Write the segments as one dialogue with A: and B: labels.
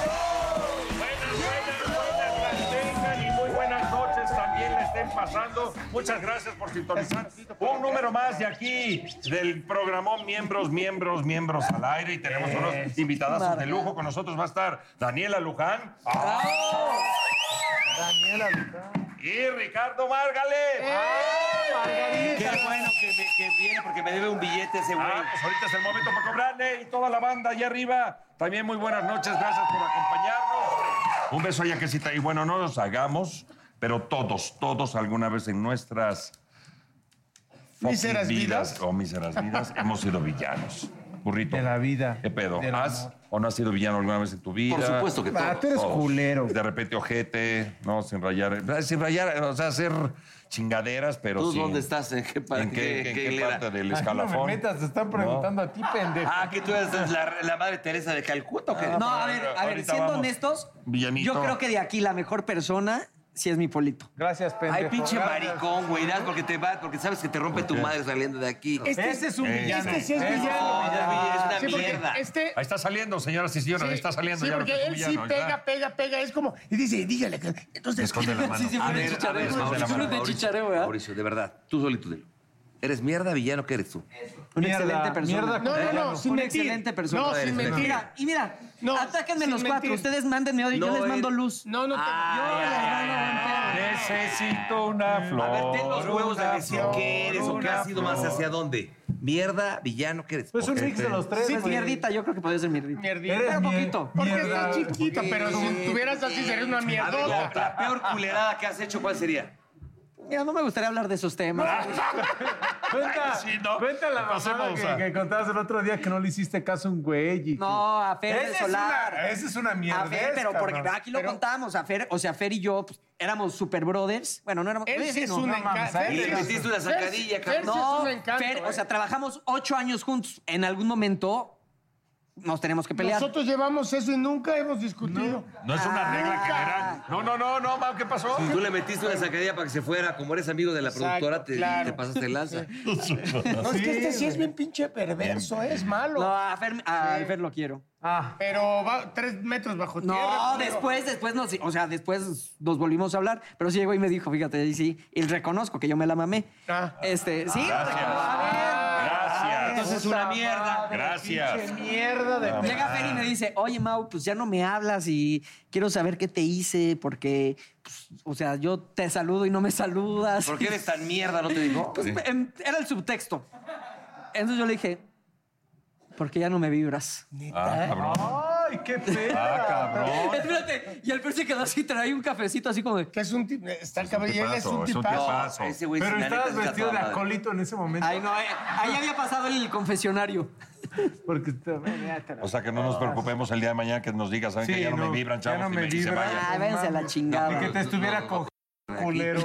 A: Buenas, buenas, buenas las tengan y muy buenas noches también la estén pasando. Muchas gracias por sintonizar. Un número más de aquí del programón Miembros, Miembros, Miembros al Aire. Y tenemos unos invitadas de lujo. Con nosotros va a estar Daniela Luján. ¡Ah! Y Ricardo Márgale.
B: Qué bueno que, me- que viene porque me debe un billete ese güey.
A: Ah, pues ahorita es el momento para cobrarle. Y toda la banda allá arriba. También muy buenas noches. Gracias por acompañarnos. Un beso allá que cita. Y bueno, no nos hagamos, pero todos, todos alguna vez en nuestras fucking
C: Míseras vidas.
A: o míseras vidas hemos sido villanos. Burrito.
C: De la vida.
A: ¿Qué pedo?
C: Del
A: ¿Has
C: amor.
A: o no has sido villano alguna vez en tu vida?
B: Por supuesto que
C: Ah,
B: todo.
C: tú eres
A: Todos.
C: culero.
A: De repente ojete, ¿no? Sin rayar. Sin rayar, o sea, hacer chingaderas, pero
B: ¿Tú
A: sí.
B: dónde estás? ¿En qué, pa-
A: ¿En qué, en qué
B: hilera?
A: parte del
C: Aquí
A: escalafón?
C: No me metas, te están preguntando a ti, pendejo.
B: Ah, que tú eres la, la madre Teresa de Calcuta o qué?
D: No, a ver, a ver,
A: Ah, Ahorita
D: siendo
A: vamos.
D: honestos,
A: Villanito.
D: yo creo que de aquí la mejor persona sí es mi Polito.
C: Gracias, pendejo.
B: Ay, pinche
C: Gracias.
B: maricón, güey. das porque te vas, porque sabes que te rompe tu madre saliendo de aquí.
C: Este es un villano.
E: Este sí es
C: Este
E: villano.
B: No, David, es una
E: Sí, porque
B: mierda.
E: Este.
A: Ahí está saliendo, señoras y señores, ahí está saliendo
E: sí,
A: ya lo
E: porque
A: que es
E: él sí
A: villano,
E: pega,
A: ¿verdad?
E: pega, pega. Es como. Y dice, dígale que. Entonces.
A: Esconde la mano.
B: A ver, a ver, Mauricio,
D: Tú no te
B: Mauricio,
D: chichareo, ¿verdad?
B: Mauricio, de verdad, tú solito dilo. ¿Eres mierda, villano? ¿Qué eres tú?
D: Una
C: Mierda,
D: excelente persona.
C: mierda
E: No, no, no, sin
D: Una
E: mentir.
D: excelente persona.
E: No, sin
D: Mira,
E: mentir.
D: Y mira,
E: No,
D: atáquenme
E: sin
D: los cuatro.
E: mentir.
D: Ustedes mándenme odio y yo
B: No,
D: les mando
B: eres-
D: luz.
E: No, no te.
A: Necesito una flor.
B: A ver, ten los huevos de
A: una
B: decir
A: flor,
B: qué eres o qué
A: una
B: has sido más
A: flor.
B: hacia dónde. Mierda, villano, ¿qué eres?
C: Es un
B: Ojete.
C: Pues mix de los tres.
D: Sí,
C: güey.
D: mierdita, yo creo que podría ser mierdita.
E: Mierdita.
D: Pero
C: Eres mier-
D: poquito.
E: porque
C: mierda.
E: estás chiquita, pero si estuvieras así serías una
B: A ver, la,
E: mierdota.
B: la peor culerada que has hecho, ¿cuál sería?
D: Mira, no me gustaría hablar de esos temas.
C: Cuenta,
A: Sí, ¿no?
C: cuenta la mamada
A: Pasemos
C: que,
A: a-
C: que contabas el otro día que no le hiciste caso a un güey. y
D: No, a
C: que-
D: Fer del
C: Esa es
D: Solar.
C: una- Esa es una mierda.
D: A Fer, pero porque aquí lo contamos. A Fer, o sea, Fer y yo pues, éramos super brothers. Bueno, no éramos.
E: Él
D: oye,
E: sí es
D: no.
E: un
C: no mames,
E: encanto.
C: ahí
E: Fer
B: le
E: sí es-
B: metiste una
E: Fer sí-
B: zancadilla,
E: Fer
B: cabrón.
E: sí es
D: No,
E: un encanto.
D: Fer, o
E: eh.
D: sea, trabajamos ocho años juntos. En algún momento nos tenemos que pelear.
E: Nosotros llevamos eso y nunca hemos discutido.
A: No es una
B: Ah.
A: regla general. No, no, no, no, Mau, ¿qué pasó?
B: Tú le metiste una sacadilla para que se fuera. Como eres amigo de la
E: Exacto,
B: productora, te,
E: claro.
B: te pasaste el lanza.
E: No, es que este sí es bien pinche perverso, es malo.
D: No, a Fer, a Fer lo quiero.
C: Ah,
E: Pero va tres metros bajo
D: No,
E: tierra. culero.
D: después, después nos, o sea, después nos volvimos a hablar, pero sí llegó y me dijo, fíjate, y sí, y reconozco que yo me la mamé.
E: Ah.
D: Este, sí,
A: Gracias.
B: Entonces es una mierda.
A: Gracias. Ah,
C: mierda de.
D: Llega Fer y me dice, oye Mau, pues ya no me hablas y quiero saber qué te hice porque, pues, o sea, yo te saludo y no me saludas.
B: ¿Por qué eres tan mierda? ¿No te digo?
D: Pues, em, era el subtexto. Entonces yo le dije, porque ya no me vibras.
A: Ah, cabrón.
C: Ay, qué
A: Ah,
C: pena.
A: cabrón.
D: Espérate, y al Fer se quedó así, trae un cafecito así como de...
E: Que es un tipo. Está el
A: Es un
E: caballero, él es
A: tipazo,
E: un
A: es un
E: tipazo.
A: tipazo.
B: No, ese güey
C: Pero
B: sí, la neta,
C: estabas
B: sí está
C: vestido de
B: toda madre.
C: acolito en ese momento.
D: Ay, no, eh, ahí había pasado el confesionario.
C: Porque te- ya te la-
A: O sea, que no nos preocupemos el día de mañana que nos digas, ¿saben
C: Sí,
A: que ya no,
C: no,
A: me vibran,
C: ya
A: chavos?
C: no
A: y
C: me
A: y se
C: vibran.
A: vayan.
D: Ah, váyanse a la
C: Y
D: chingada.
C: que te estuviera con culero.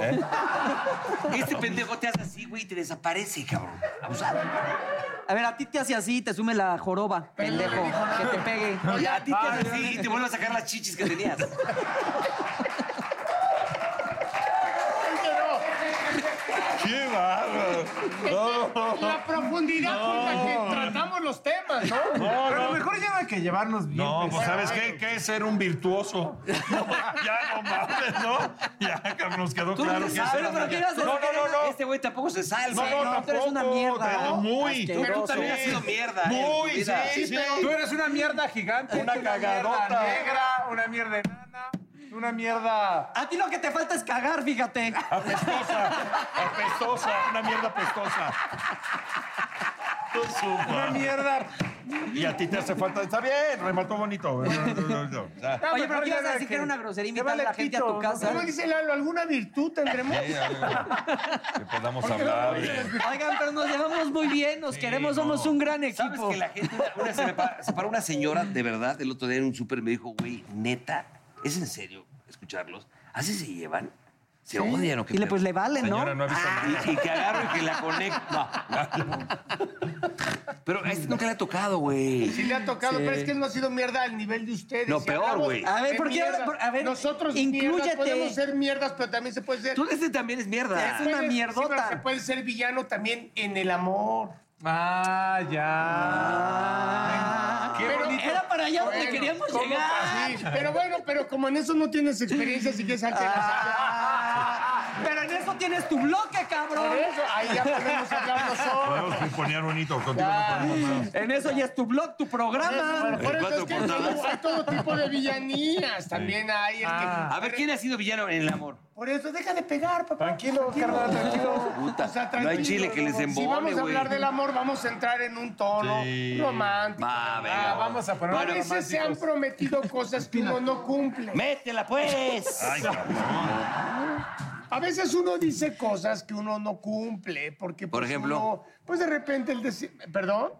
B: Este pendejo te hace así, güey, y te desaparece, cabrón. O sea,
D: A ver, a ti te hace así, te sume la joroba, pendejo, que te pegue.
B: y a ti
C: Ah,
B: te hace así y te vuelve a sacar las chichis que tenías.
A: ¡Qué bárbaro!
C: La profundidad con la que tratamos los temas, ¿no?
F: No,
G: Pero
F: no.
G: mejor ya no hay que llevarnos bien.
F: No, pues
G: pesado.
F: ¿sabes qué? ¿Qué es ser un virtuoso? No, ya no mames, ¿no? Ya cabrón, nos quedó
A: Tú no
F: claro
A: te
F: que es
D: "Ah,
A: salvas,
F: ser un
A: pero ¿qué vas a
F: No,
A: hacer?
F: no, no, no.
A: Este güey tampoco se salva.
F: No, no,
D: tú eres una
F: tampoco,
D: mierda,
F: pero
D: ¿no?
F: Muy.
D: Asqueroso.
A: Pero tú también has sido mierda, ¿eh? en tu
F: Muy,
A: vida.
F: sí, sí.
G: Tú eres una mierda gigante.
F: Una
G: mierda
F: cagadota.
G: negra, una mierda enana, una mierda...
D: A ti lo que te falta es cagar, fíjate.
F: Apestosa, apestosa, una mierda apestosa. Tú suma.
G: Una mierda...
F: Y a ti te hace falta. Está bien, remató bonito. Ya.
D: Oye, pero ¿qué ibas a decir
G: que-
D: que era una grosería
G: que
D: invitar a
G: vale
D: la gente a
G: pito,
D: tu
G: ¿no?
D: casa?
E: ¿Cómo dice Lalo? ¿Alguna virtud tendremos?
F: Que podamos hablar. eh. y-
D: Oigan, pero nos llevamos muy bien, nos queremos, somos un gran
A: ¿Sabes
D: equipo.
A: que la gente, una, una se, me pa- se paró una señora de verdad el otro día en un súper me dijo, güey, neta, ¿es en serio escucharlos? ¿Así se llevan? ¿Se odian o qué?
D: Y le,
A: pedo?"
D: pues le vale, ¿no?
F: Señora, no ha visto
A: Ah, y, y que agarro y que la conecto. No, no. Pero a este nunca le ha tocado, güey.
E: Sí le ha tocado,
D: Sí.
E: pero es que él no ha sido mierda al nivel de ustedes.
A: No,
E: Si
A: peor,
E: hablamos
A: güey.
D: A ver,
E: de
D: ¿por qué
E: mierda,
D: habla- por- a ver,
E: nosotros
D: inclúyete.
E: mierdas podemos ser mierdas, pero también se puede ser...
A: Tú este también es mierda.
D: Es una
E: Puedes- sí, pero
D: mierdota.
E: se puede ser villano también en el amor.
G: Ah, ya. Qué
E: Pero
G: bonito.
D: Ah, Era para allá donde
E: Bueno,
D: queríamos
E: ¿cómo
D: llegar.
E: así? Pero bueno, pero como en eso no tienes experiencia, si quieres alterar.
D: Ah, pero en eso tienes tu bloque, cabrón.
E: Por eso, ahí ya podemos hablar nosotros.
F: Podemos pimponear bonito. Contigo no podemos
D: En eso ya es tu blog, tu programa.
E: Por eso es
A: cuatro
E: que hay
A: portadas.
E: todo, hay todo tipo de villanías. También hay el que.
D: Ah.
A: A ver, ¿quién ha sido villano en el amor?
E: Por eso, deja de pegar, papá.
G: Tranquilo, carnal, tranquilo.
A: Puta,
E: O sea,
A: no hay
E: tranquilo,
A: chile que les
E: no, Si
A: embone,
E: vamos a
A: güey.
E: hablar del amor, vamos a entrar en un tono romántico.
A: Va, venga.
G: Ah, vamos a poner
E: a veces se han prometido cosas que uno no cumple.
A: ¡Métela, pues!
F: Ay, cabrón.
E: A veces uno dice cosas que uno no cumple, porque
A: Por
E: pues,
A: ejemplo.
E: uno- pues de repente el decir, perdón.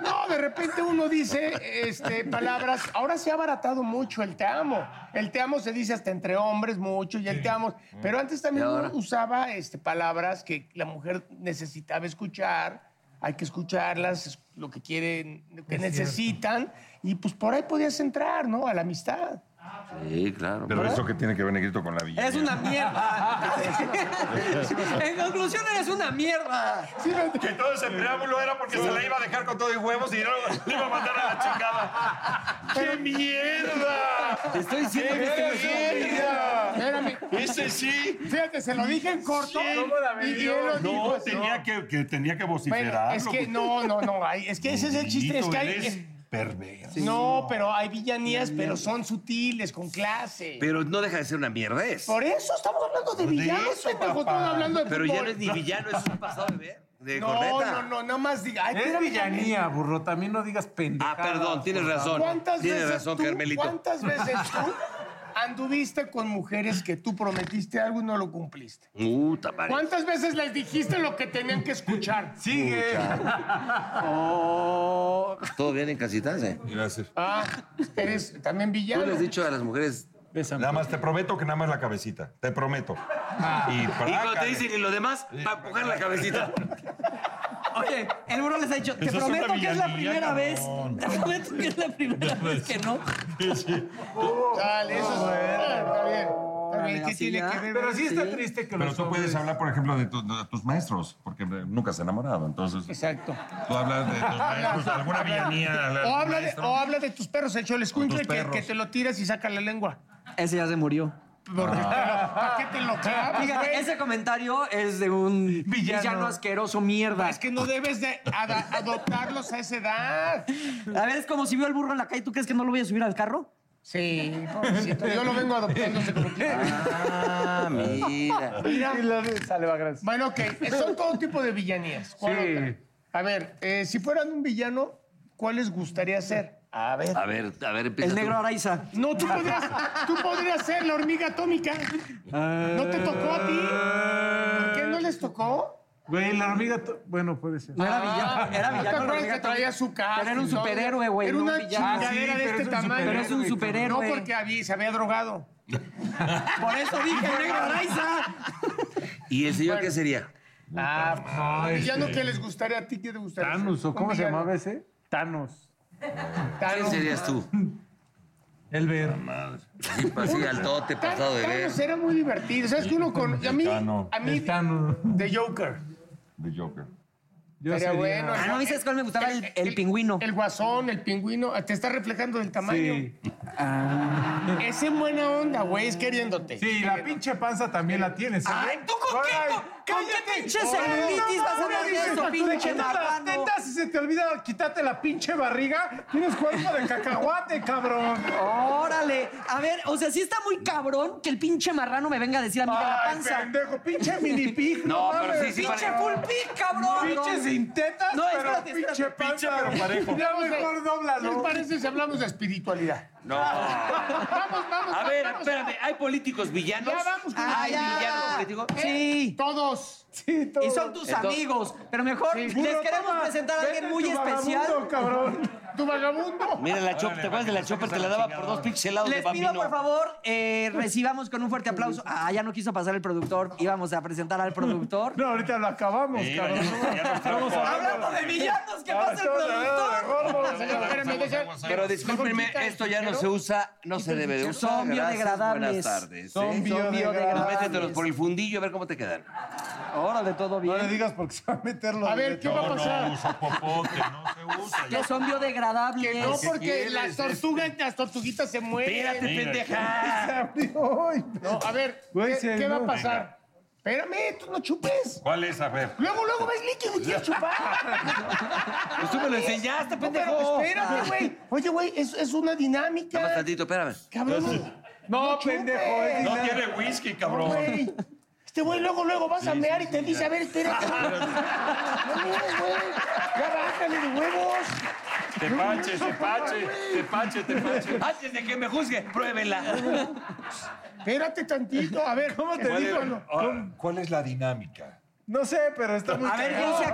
E: No, de repente uno dice este, palabras. Ahora se ha abaratado mucho el te amo. El te amo se dice hasta entre hombres mucho y el te amo. Pero antes también
A: ¿Y
E: uno
A: ahora?
E: usaba este, palabras que la mujer necesitaba escuchar. Hay que escucharlas, es lo que quieren, lo que necesitan. Y pues por ahí podías entrar, ¿no? A la amistad.
A: Sí, claro.
H: Pero eso que tiene que ver negrito con la villa.
D: Eres una mierda. en conclusión, eres una mierda.
E: Sí, no,
F: Que todo ese preámbulo era porque se la iba a dejar con todo y huevos y no, le iba a mandar a la chingada. ¡Qué mierda!
A: Te estoy diciendo que este güey es un
F: ¡Qué mierda!
E: espérame.
F: Ese sí.
E: Fíjate, se lo dije en corto. y bien lo dijo.
F: No,
E: así.
F: tenía que, que tenía que vociferarlo.
E: Bueno, es que no, no, no. ay, es que ese es el chiste. Es que hay-
F: Eres
E: eh,
F: perverso.
E: no, pero hay villanías, pero son sutiles, con clase.
A: Pero Pues no deja de ser una mierda, es.
E: Por eso estamos hablando de villanos,
F: eso,
E: pendejo.
F: papá.
E: Estamos hablando de
A: Pero ya
E: fútbol.
A: no es ni villano, es un pasado de ver. De
E: No,
A: corneta.
E: no, no, nada más diga. ay,
G: Es
E: espérame,
G: villanía, burro. También no digas pendejada.
A: Ah, perdón, tienes razón.
E: ¿Cuántas
A: tienes
E: veces
A: razón,
E: tú,
A: Carmelito.
E: ¿Cuántas veces tú anduviste con mujeres que tú prometiste algo y no lo cumpliste?
A: Puta madre.
E: ¿Cuántas veces les dijiste lo que tenían que escuchar?
G: Sigue.
A: Todo bien en casitas, ¿eh?
H: Gracias.
E: Ah, eres también
A: Tú
E: villano.
A: le has dicho a las mujeres.
H: Nada más te prometo que nada más la cabecita. Te prometo.
E: Ah.
H: Y,
A: Y cuando te
H: prácale.
A: dicen y lo demás, para empujar la cabecita.
D: Oye, el burro les ha dicho, te
F: Eso es una
D: prometo que es la
F: villanía,
D: primera vez.
F: cabrón.
D: Te prometo que es la primera vez que no.
E: Dale, eso es Está bien. Está bien, ¿Qué
D: así
E: tiene
D: ya.
E: que ver?
G: Pero Ah, sí está triste que
H: Pero
G: los
H: tú puedes
G: hombres-
H: hablar, por ejemplo, de, tu- de tus maestros, porque nunca se han enamorado. Entonces,
E: Exacto. Ah,
H: tú hablas de tus maestros, alguna villanía. habla de
E: O
H: tu
E: habla, de,
H: maestro.
E: o habla de tus perros, hecho el escuincle que,
H: perros.
E: que te lo tiras y saca la lengua.
G: Ah.
D: Ese ya se murió.
E: Porque ¿Para qué te lo clavas,
D: Fíjate,
E: güey?
D: ese comentario es de un villano,
G: Villano.
D: asqueroso, mierda.
E: Es que no debes de ada- adoptarlos a esa edad.
D: A ver, es como si vio al burro en la calle, ¿tú crees que no lo voy a subir al carro?
E: Sí, pobrecito. Yo lo vengo adoptando. se como quiera.
A: Ah, mira.
E: Mira.
G: Y lo de- Sale, va, gracias.
E: Bueno, ok. Son todo tipo de villanías. ¿Cuál
G: Sí.
E: otra? A ver, eh, si fueran un villano, ¿cuál les gustaría ser? A ver.
A: A ver, a ver, empieza.
D: El
A: tú.
D: negro Araiza.
E: No, tú podrías, tú podrías ser la hormiga atómica. ¿No te tocó a ti? ¿Por qué no les tocó?
G: Güey, la hormiga... to- Bueno, puede ser.
D: No era villano, era
E: ¿No Ah. te
D: villano.
E: acuerdas
D: hormiga
E: que traía su
D: atómica?
E: casa?
D: Pero era un superhéroe, güey.
E: Era
D: no un
E: una
D: villano.
G: Ah, sí,
E: chingadera de
G: pero
E: este
G: es un
E: tamaño.
D: Pero es un
E: No
D: superhéroe.
E: porque había- se había drogado.
D: Por eso dije el negro Araiza.
A: ¿Y el señor qué sería?
E: Ah,
I: este.
G: Ay,
E: villano que les gustaría a ti, ¿qué te gustaría?
G: Thanos,
E: ser?
G: ¿o cómo
E: Un
G: se
E: villano.
G: llamaba ese? Thanos.
A: ¿Qué
E: Thanos.
A: serías tú?
G: El ver.
A: Así, así al tote,
E: Tan-
A: pasado de ver.
E: Thanos era muy divertido. ¿Sabes que uno con. A mí,
H: Tano.
E: a mí
G: El Thanos.
E: de Joker.
H: de Joker.
E: Pero bueno.
D: Ah, ¿no viste cuál me gustaba? El, el pingüino.
E: El guasón, el pingüino. Te está reflejando del tamaño.
D: Sí.
E: Ese es buena onda, güey, es queriéndote.
C: Sí, la pinche panza también la tienes. ¿eh?
E: Ay, tú
C: Ay,
E: coqueto.
C: cállate.
D: pinche
C: Ay,
D: celulitis
C: no,
D: vas
C: ahora
D: a hablar de
C: dices
D: eso,
C: tú de
D: pinche
C: quítate las
D: marrano?
C: tetas y se te olvida quitarte la pinche barriga. Tienes cuerpo de cacahuate, cabrón.
D: Órale. A ver, o sea, sí está muy cabrón que el pinche marrano me venga a decir a mí de la
C: Ay,
D: panza.
C: pendejo, pinche mini pig.
A: No, pero
C: mames.
A: sí, sí,
D: ¡Pinche
A: pare-
D: full pic, cabrón!
C: Pinche sin tetas,
D: No,
C: pero
D: espérate, espérate.
C: pinche panza.
H: pero parejo.
C: Ya mejor
E: ¿Les
C: dóblalo.
E: parece si hablamos de espiritualidad?
A: No.
E: Vamos, vamos.
A: A ver,
E: vamos,
A: espérame, ¿hay políticos villanos?
E: Ya vamos con-
A: ¿Hay
D: Ah, ya.
A: villanos políticos?
D: Sí.
E: Todos.
C: Sí, todo.
D: Y son tus
A: eh. Entonces-
D: amigos. Pero mejor les
C: Burro,
D: queremos
C: toma,
D: presentar a
C: vete
D: alguien muy
C: tu
D: especial.
C: vagabundo, cabrón.
E: Tu vagabundo.
A: Mira la Chopper, ¿te acuerdas de la Chopper? Te la daba por dos pinches helados de
D: Les
A: bambino.
D: pido, por favor, eh, recibamos con un fuerte aplauso. Ah, ya no quiso pasar el productor. Íbamos a presentar al productor.
C: No, ahorita lo acabamos, cabrón. Vamos a
D: Hablando de villanos, ¿qué pasa el productor?
E: Señor, espérame, deja-
A: Pero discúlpenme,
E: Mejor quita el
A: esto ya no
E: chichero.
A: se usa, no se debe de usar.
D: Son
A: Gracias,
D: biodegradables.
A: Buenas tardes.
C: Son
A: ¿eh?
D: Son
C: biodegradables.
A: Métetelos por el fundillo a ver cómo te quedan.
D: Órale, todo
C: No le
D: bien.
C: digas porque se va a meterlo.
E: A ver, ¿qué va a pasar?
H: uso popote, no se usa.
D: Que son biodegradables.
E: Que no, porque
A: quieres,
E: las tortugas, las tortuguitas se mueren.
A: Espérate, pendeja.
E: No, a ver,
C: Güey,
E: ¿qué,
C: se-
E: qué va a
C: no.
E: pasar? Espérame, tú no chupes.
H: ¿Cuál es? A ver.
E: Luego, luego ves líquido y quieres chupar.
A: Pues tú me lo enseñaste,
E: No, pero
A: pendejo.
E: espérate, güey. Oye, güey, es, es una
A: Nada más
E: dinámica.
A: tantito, espérame.
E: Cabrón.
C: No,
E: chupes.
C: pendejo, es
H: No
C: dinero.
H: tiene whisky,
E: No,
H: cabrón.
E: güey. Este güey luego, luego vas a mear y te dice, a ver, espérate. No, no, güey. Ya bájale de huevos.
H: Tepache, tepache, tepache, tepache.
A: Antes de que me juzgue, pruébela.
E: Espérate tantito. A ver, ¿cómo
C: te digo?
H: ¿Cuál- ¿Cuál es la dinámica?
C: No sé, pero está muy
D: A ver,
C: cagado. Oh,
D: ¿quién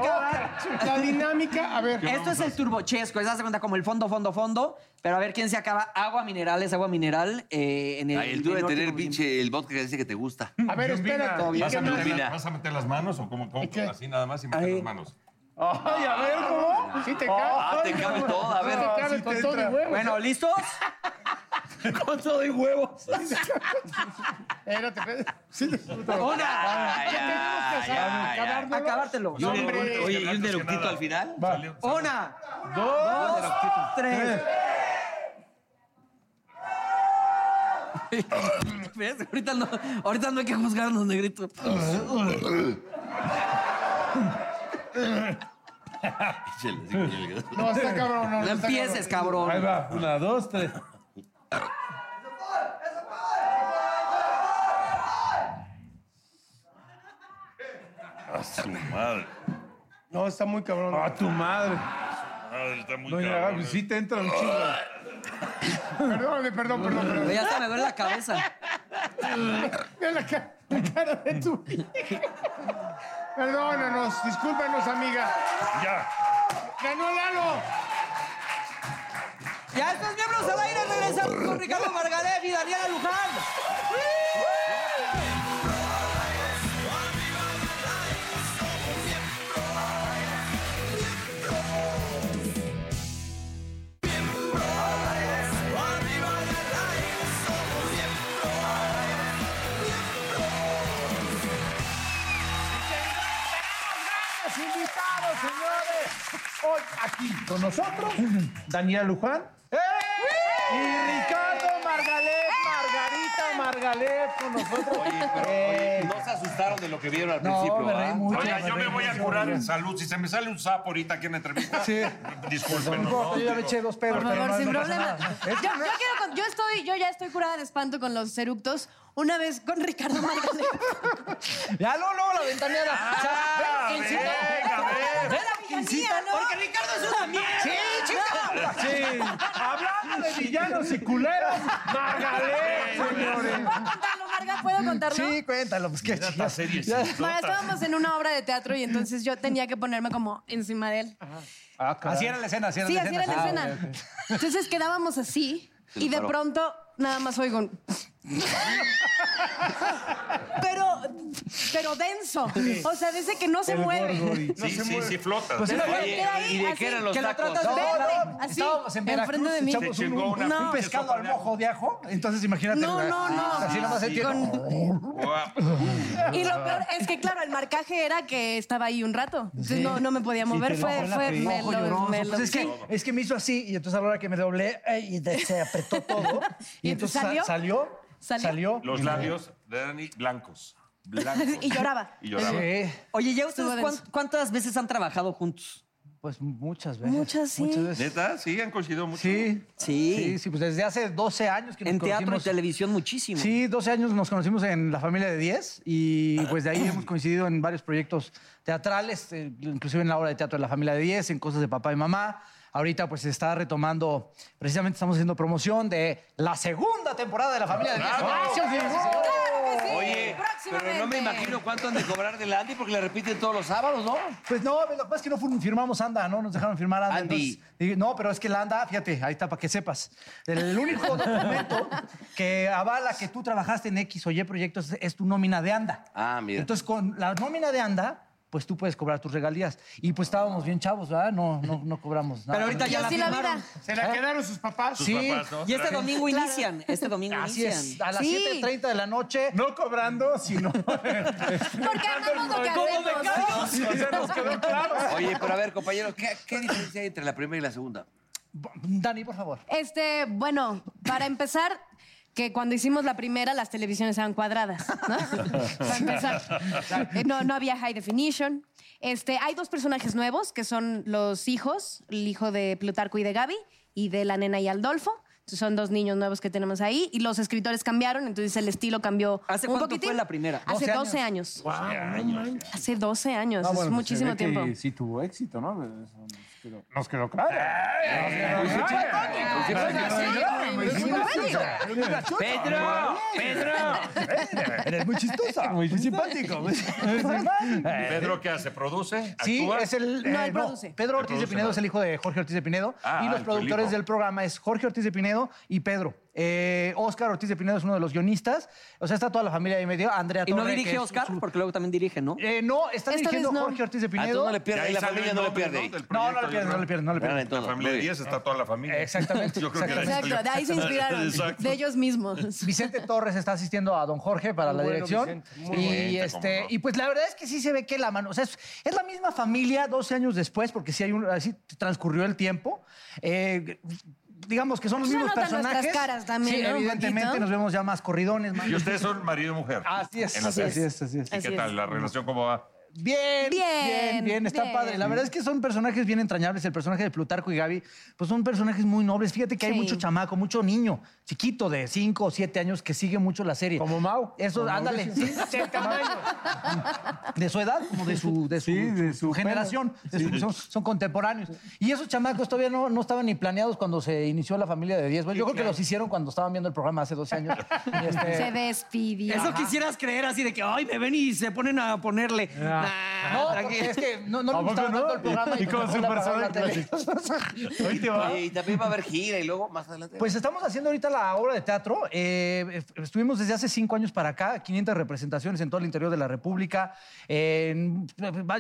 D: se acaba?
E: La dinámica, a ver.
D: Esto es el turbochesco, ¿se das cuenta? Como el fondo, fondo, fondo. Pero a ver quién se acaba. Agua mineral es agua mineral. eh, en el,
A: Ay, el duro de
D: menor
A: tener
D: tiempo
A: pinche el vodka que dice que te gusta.
I: Mm.
E: A ver, espérate.
H: ¿Vas
E: ¿Qué
H: a,
E: más?
H: meter,
A: Mira.
H: las- vas a meter las manos o cómo? cómo
E: ¿Qué?
H: así nada más y meter las manos.
C: Ay, a ver, ¿cómo?
E: Sí te cabe.
A: Ah, te cabe todo, a ver.
E: Te
C: Ah,
E: cabe
C: sí
E: con
C: te
E: todo y
C: entra.
E: huevos.
D: Bueno, ¿listos?
A: Con todo y huevo.
E: Espérate, espérate. Sí, te-
D: Una,
A: Ay, ya,
E: Tenemos que
A: ya, ya.
E: acabar-
D: acabártelo.
A: Y un
E: Hombre.
A: eructito- Oye, ¿y un eructito al final?
H: Salió-
D: Una, dos, tres. ¿Ves? Ahorita no, ahorita no hay que juzgar a los negritos.
E: No, está cabrón. No,
D: No
E: está
D: empieces, cabrón.
C: Ahí va, una, dos, tres.
H: A su madre.
E: cabrón. No, está muy cabrón.
C: A tu madre.
H: Madre, está muy
C: Doña
H: cabrón,
C: Gaby,
H: eh.
C: sí te entra un chingo.
E: Perdóname, perdón, perdón, perdón.
D: Ya hasta me duele la cabeza.
E: Mira la, ca- la cara de tu hija. Perdónanos, discúlpanos, amiga.
H: Ya.
E: ¡Ganó Lalo!
D: Ya estos miembros al aire regresamos con Ricardo Margaret y Daniela Luján.
C: Los invitados, señores. Hoy aquí con nosotros, Daniela Luján. ¡Eh! Y Ricardo Margalet, Margarita Margalet con nosotros. Eh,
A: No se asustaron de lo que vieron al
C: no,
A: principio,
C: me reí
A: ¿ah?
C: mucho,
H: Oye,
C: me
H: yo me
C: reí
H: voy a
C: mucho,
H: curar
C: me
H: en
C: reí.
H: salud. Si se me sale un sapo ahorita aquí en la entrevista,
C: Sí.
H: discúlpenos.
C: Yo ya me eché dos pedos.
J: Por favor,
C: pero
J: sin
C: no pasa
J: problema.
C: nada.
J: Yo, yo quiero con- yo estoy, yo ya estoy curada de espanto con los eructos. Una vez con Ricardo Margalet.
D: Ya no, no, la ventaneada. O sea,
H: Ah,
D: ve la quincita.
H: venga, ve.
D: Ve la villanía, ¿no? Porque Ricardo es una mierda. Sí, chica.
C: Sí. Hablando de villanos y culeros, Margalet, señores.
J: ¿Puedo contarlo, Marga? ¿Puedo contarlo?
C: Sí, cuéntalo, pues qué
H: Esta
C: chicas.
H: serie es
J: Bueno,
H: idiota.
J: estábamos en una obra de teatro y entonces yo tenía que ponerme como encima de él.
C: Así era la escena, Ah, así
J: Sí, así era la escena. Entonces quedábamos así
A: Se
J: y de
A: paró.
J: pronto nada más oigo un... Pero, pero denso. O sea, dice que no se mueve.
H: Sí, sí, sí, flota.
C: Pues
J: Pero
A: Oye,
J: queda ahí,
A: ¿y de
J: así,
A: qué eran los
J: que lo
A: tacos?
J: tratas
C: No,
J: verde,
C: no,
J: así,
C: estábamos en
J: enfrente
C: Veracruz,
J: de mí.
C: echamos
H: Se
C: un,
H: chingó
C: un-
H: una
C: un
J: pinche
C: pescado
H: sopa
C: al mojo de ajo, entonces imagínate.
J: No, no, no.
C: Así nomás se tiene.
J: Con-
H: Guau.
J: Y lo peor es que, claro, el marcaje era que estaba ahí un rato. Entonces
I: Sí.
J: no, no me podía mover.
I: Sí, te
J: fue,
I: bajó la
J: fue,
I: presión.
J: me
I: Ojo
J: lo-
I: lloroso.
J: me lo-
I: Pues es,
J: sí.
I: que, es que me hizo así y entonces a la hora que me doblé eh, y de- se apretó todo. y,
J: ¿Y
I: entonces sa-
J: salió?
I: salió.
J: ¿Salió?
F: Los
I: y me-
F: labios de Dani blancos. blancos.
J: Y lloraba.
F: Y lloraba.
I: Sí.
D: Oye, ¿ya ustedes
J: Estuvo
D: cuán-
J: denso.
D: cuántas veces han trabajado juntos?
I: Pues muchas veces.
J: Muchas, sí.
F: ¿Neta? Sí, han coincidido mucho.
I: Sí.
D: Sí.
I: Sí, sí, pues desde hace 12 años que nos
D: En teatro y
I: conocimos.
D: televisión muchísimo.
I: Sí, 12 años nos conocimos en la familia de 10 y pues de ahí hemos coincidido en varios proyectos teatrales, eh, inclusive en la obra de teatro de la familia de 10, en cosas de papá y mamá. Ahorita pues se está retomando, precisamente estamos haciendo promoción de la segunda temporada de la familia de 10.
H: Ah,
A: ¡Bravo!
I: Gracias, señores.
A: Oye, pero no me imagino cuánto han de cobrar de la Andy porque la repiten todos los sábados, ¿no?
I: Pues no, lo que pasa es que no fu- firmamos Anda, ¿no? Nos dejaron firmar Anda.
A: Andy.
I: entonces, dije, no, pero es que la Anda, fíjate, ahí está, para que sepas. El único documento que avala que tú trabajaste en X o Y proyectos es, es tu nómina de Anda.
A: Ah, mira.
I: Entonces, con la nómina de Anda, pues tú puedes cobrar tus regalías. Y pues estábamos bien chavos, ¿verdad? No, no, no cobramos nada.
D: Pero ahorita ya la
I: Sí,
D: firmaron.
E: Se la quedaron sus papás.
I: Sus papás, ¿no?
D: Y este
I: Claro.
D: domingo
I: Claro.
D: inician. Este domingo
I: Así
D: inician.
I: es, a las
D: Sí.
I: 7.30 de la noche. No cobrando, sino...
J: Porque amamos lo que
I: ¿Cómo
J: hacemos.
I: de caros? O sea, nos quedó claro.
A: Oye, pero a ver, compañeros, ¿qué, qué diferencia hay entre la primera y la segunda?
I: Dani, por favor.
J: Este, bueno, para empezar, que cuando hicimos la primera, las televisiones eran cuadradas, ¿no? para empezar. Eh, No, no había high definition. Este, hay dos personajes nuevos, que son los hijos, el hijo de Plutarco y de Gaby, y de la nena y Aldolfo. Entonces, son dos niños nuevos que tenemos ahí. Y los escritores cambiaron, entonces el estilo cambió
D: ¿Hace
J: un
D: cuánto
J: poquitín.
D: fue la primera?
J: Hace 12 años. Hace 12 años,
C: Ah,
J: es muchísimo tiempo.
C: Sí tuvo éxito, ¿no? Eso Nos quedó, nos quedó claro.
H: Eh, pues,
A: ¡Pedro! ¡Pedro!
I: Eres muy chistosa. Muy simpático.
F: ¿Pedro qué hace? ¿Produce?
I: Sí,
F: ¿Actúa?
I: es el.
J: No,
I: eh,
J: él produce.
I: Pedro
F: Él
I: Ortiz de
F: produce,
I: Pinedo
F: no.
I: es el hijo de Jorge Ortiz de Pinedo.
F: Ah,
I: y
F: ah,
I: los
F: el
I: productores
F: hijo.
I: del programa es Jorge Ortiz de Pinedo y Pedro. Eh, Oscar Ortiz de Pinedo es uno de los guionistas. O sea, está toda la familia ahí en medio. Andrea
D: Y no
I: Torre, que
D: dirige
I: es
D: Oscar,
I: su-
D: porque luego también dirige, ¿no?
I: Eh, no, está
J: Esta
I: dirigiendo
J: vez no.
I: Jorge Ortiz de
A: Ah,
I: Pinedo.
A: entonces no le
F: De
A: pierde,
F: ahí
A: ahí la
F: salió el
A: familia no le
F: nombre,
A: pierde.
F: ¿no? Del
I: No, no le
F: proyecto,
I: pierden,
F: yo
I: no le pierden, no le
F: creo.
A: Ganan
I: pierden.
A: en todo.
F: La familia de
A: Muy bien.
F: 10 está toda la familia.
I: Exactamente.
F: Yo creo que de ahí
J: Exacto,
F: salió.
J: de ahí se inspiraron.
F: Exacto.
J: De ellos mismos.
I: Vicente Torres está asistiendo a don Jorge para
G: Muy
I: la
G: bueno,
I: dirección.
G: Vicente, muy
I: y
F: bueno.
I: este,
F: Cómo no.
I: y pues la verdad es que sí se ve que la mano, o sea, es, es la misma familia 12 años después, porque sí hay un, así transcurrió el tiempo. Eh, digamos que son los
J: Se
I: mismos
J: notan nuestras
I: personajes.
J: caras también,
I: sí,
J: ¿no? Un
I: evidentemente
J: poquito.
I: nos vemos ya más corridones, más.
F: Y ustedes son marido y mujer.
I: Así es,
F: En la
I: así
F: serie.
I: es, así es.
F: ¿Y
J: Así
F: qué
J: es.
F: tal? ¿La relación cómo va?
I: Bien, bien,
J: Bien,
I: bien, está
J: bien.
I: padre. La verdad es que son personajes bien entrañables. El personaje de Plutarco y Gaby, pues son personajes muy nobles. Fíjate que hay
J: Sí.
I: mucho chamaco, mucho niño, chiquito de 5 o 7 años que sigue mucho la serie.
C: Como Mau.
I: Eso,
C: Como
I: ándale.
C: Mauricio.
I: sí, sí, tamaño. De su edad, como de su, de su,
C: Sí, de
I: su
C: su
I: generación. de su- son, son contemporáneos. Y esos chamacos todavía no, no estaban ni planeados cuando se inició la familia de 10. Bueno, yo creo que los hicieron cuando estaban viendo el programa hace 12 años. Y este,
J: Se despidió.
D: Eso quisieras creer así de que, ay, me ven y se ponen a ponerle.
C: Ah.
D: Nah,
I: No,
D: tranqui-
I: porque es que no, no
C: ¿A poco
I: le gustaba
C: no?
I: tanto el programa.
C: Y- y con
I: como
C: su
I: la apagaron la
C: personaje
I: tele.
C: Ahí te va.
A: Oye, y también va a haber gira y luego más adelante.
I: Pues estamos haciendo ahorita la obra de teatro. Eh, estuvimos desde hace cinco años para acá, 500 representaciones en todo el interior de la República. Eh,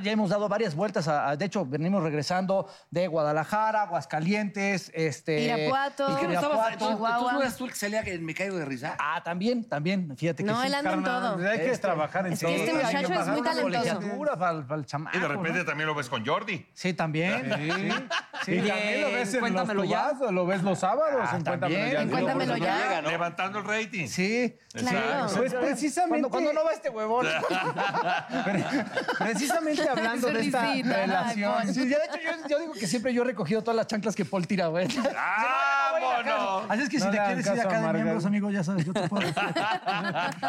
I: ya hemos dado varias vueltas. a- a- de hecho, venimos regresando de Guadalajara, Aguascalientes, este,
J: Irapuato.
A: ¿Y qué no estabas?
I: Irapuato.
A: Entonces,
J: Chihuahua.
A: ¿tú no eras tú el que salía en Me Caigo de Risa?
I: Ah, también, también. Fíjate que
J: No,
I: sí.
J: él anda en todo.
C: Hay que
I: Este-
C: trabajar en
J: es que este
C: todo.
I: hay
J: muchacho
I: pagar
J: es muy
I: una
J: talentoso.
I: colegiatura para, para el chamaco,
F: Y de repente
I: ¿no?
F: también lo ves con Jordi.
I: Sí, también. Sí.
C: Y también lo ves en los
D: Cuéntamelo ya.
C: tubazos, lo ves los sábados.
I: Ah,
C: en Cuéntamelo
I: también. En
C: ya.
J: Cuéntamelo
A: Porque
J: ya.
A: llega, ¿no?
F: Levantando el rating.
I: Sí.
J: Claro.
C: Pues precisamente,
I: ¿Cuándo, cuándo no va este huevón?
C: precisamente hablando de esta
J: Sonrisita, ay,
C: relación.
J: Paul.
I: Sí, ya de hecho, yo, yo digo que siempre yo he recogido todas las chanclas que Paul tira, güey.
F: ¡Vámonos!
I: Así es que
C: No
I: si te
C: le hagan
I: quieres ir
C: caso
I: a
C: a
I: cada
C: Margarita.
I: miembros, amigo, ya sabes, yo te puedo.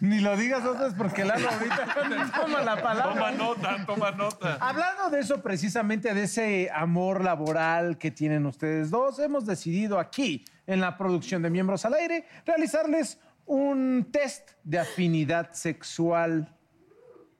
C: Ni lo digas otras porque Lalo ahorita le toma la palabra.
F: Toma nota, toma nota.
C: Hablando de eso, precisamente de ese amor laboral que tienen ustedes dos, hemos decidido aquí, en la producción de Miembros al Aire, realizarles un test de afinidad sexual.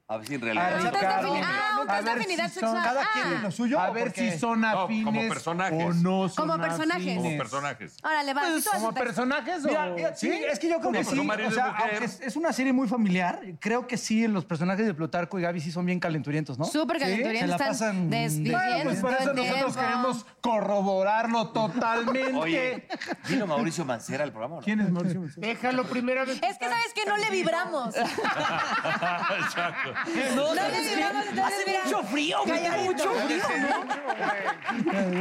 A: A ver si en realidad.
C: Ah, Ricardo.
J: Ah, un test de
C: A ver
J: afinidad
C: si son-
J: sexual.
C: cada quien
J: Ah.
C: en lo suyo,
B: ¿o
C: A ver
B: por qué?
C: si son
B: No, como
C: afines
B: personajes.
C: o no son
J: Como personajes.
C: afines.
B: Como personajes.
J: Órale, va.
C: Pues,
J: tú haces
C: ¿como
J: texto.
C: personajes
I: Mira, mira, sí, es que yo creo que
B: Como
I: sí.
B: su marido
I: O
B: y
I: sea,
B: mujer.
I: aunque es, es una serie muy familiar, creo que sí, los personajes de Plutarco y Gaby sí son bien calenturientos, ¿no?
J: Súper
I: Sí,
J: calenturientos,
I: Se la
J: están
I: pasan
J: desviviendo.
C: Bueno, pues por eso
J: Todo el
C: nosotros
J: tiempo.
C: queremos corroborarlo totalmente.
A: Oye,
J: Ah.
A: vino Mauricio Mancera al programa. o no?
C: ¿Quién es Mauricio?
E: Déjalo primera vez.
J: Es que sabes que no le vibramos.
B: Exacto.
J: No, no le vibramos. Entonces, mira.
I: frío,
E: Calladito,
I: frío,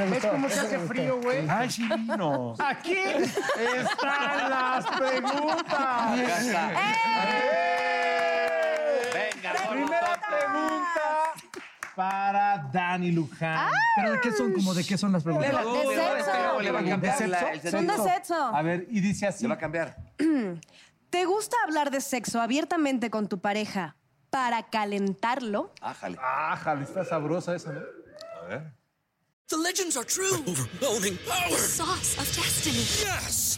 E: ¿Ves cómo se hace frío, güey?
C: Ay, chino.
E: Aquí están las preguntas.
A: Ya está.
J: ¡Eh!
A: Venga,
C: Primera pregunta para Dani Luján.
J: ¡Ah!
I: ¿Pero de qué son? Como de qué son las preguntas?
J: De sexo.
A: le va a
C: ¿De
A: cambiar
C: sexo?
A: la- el
J: Son de
A: sentido.
J: sexo.
C: A ver, y dice así.
A: Le va a cambiar.
J: ¿Te gusta hablar de sexo abiertamente con tu pareja para calentarlo?
A: Ájale.
I: Ah.
C: Ájale, está sabrosa esa, ¿no?
H: A ver.
K: The legends are true.
L: Overwhelming
K: The
L: power!
K: sauce of destiny.
L: Yes!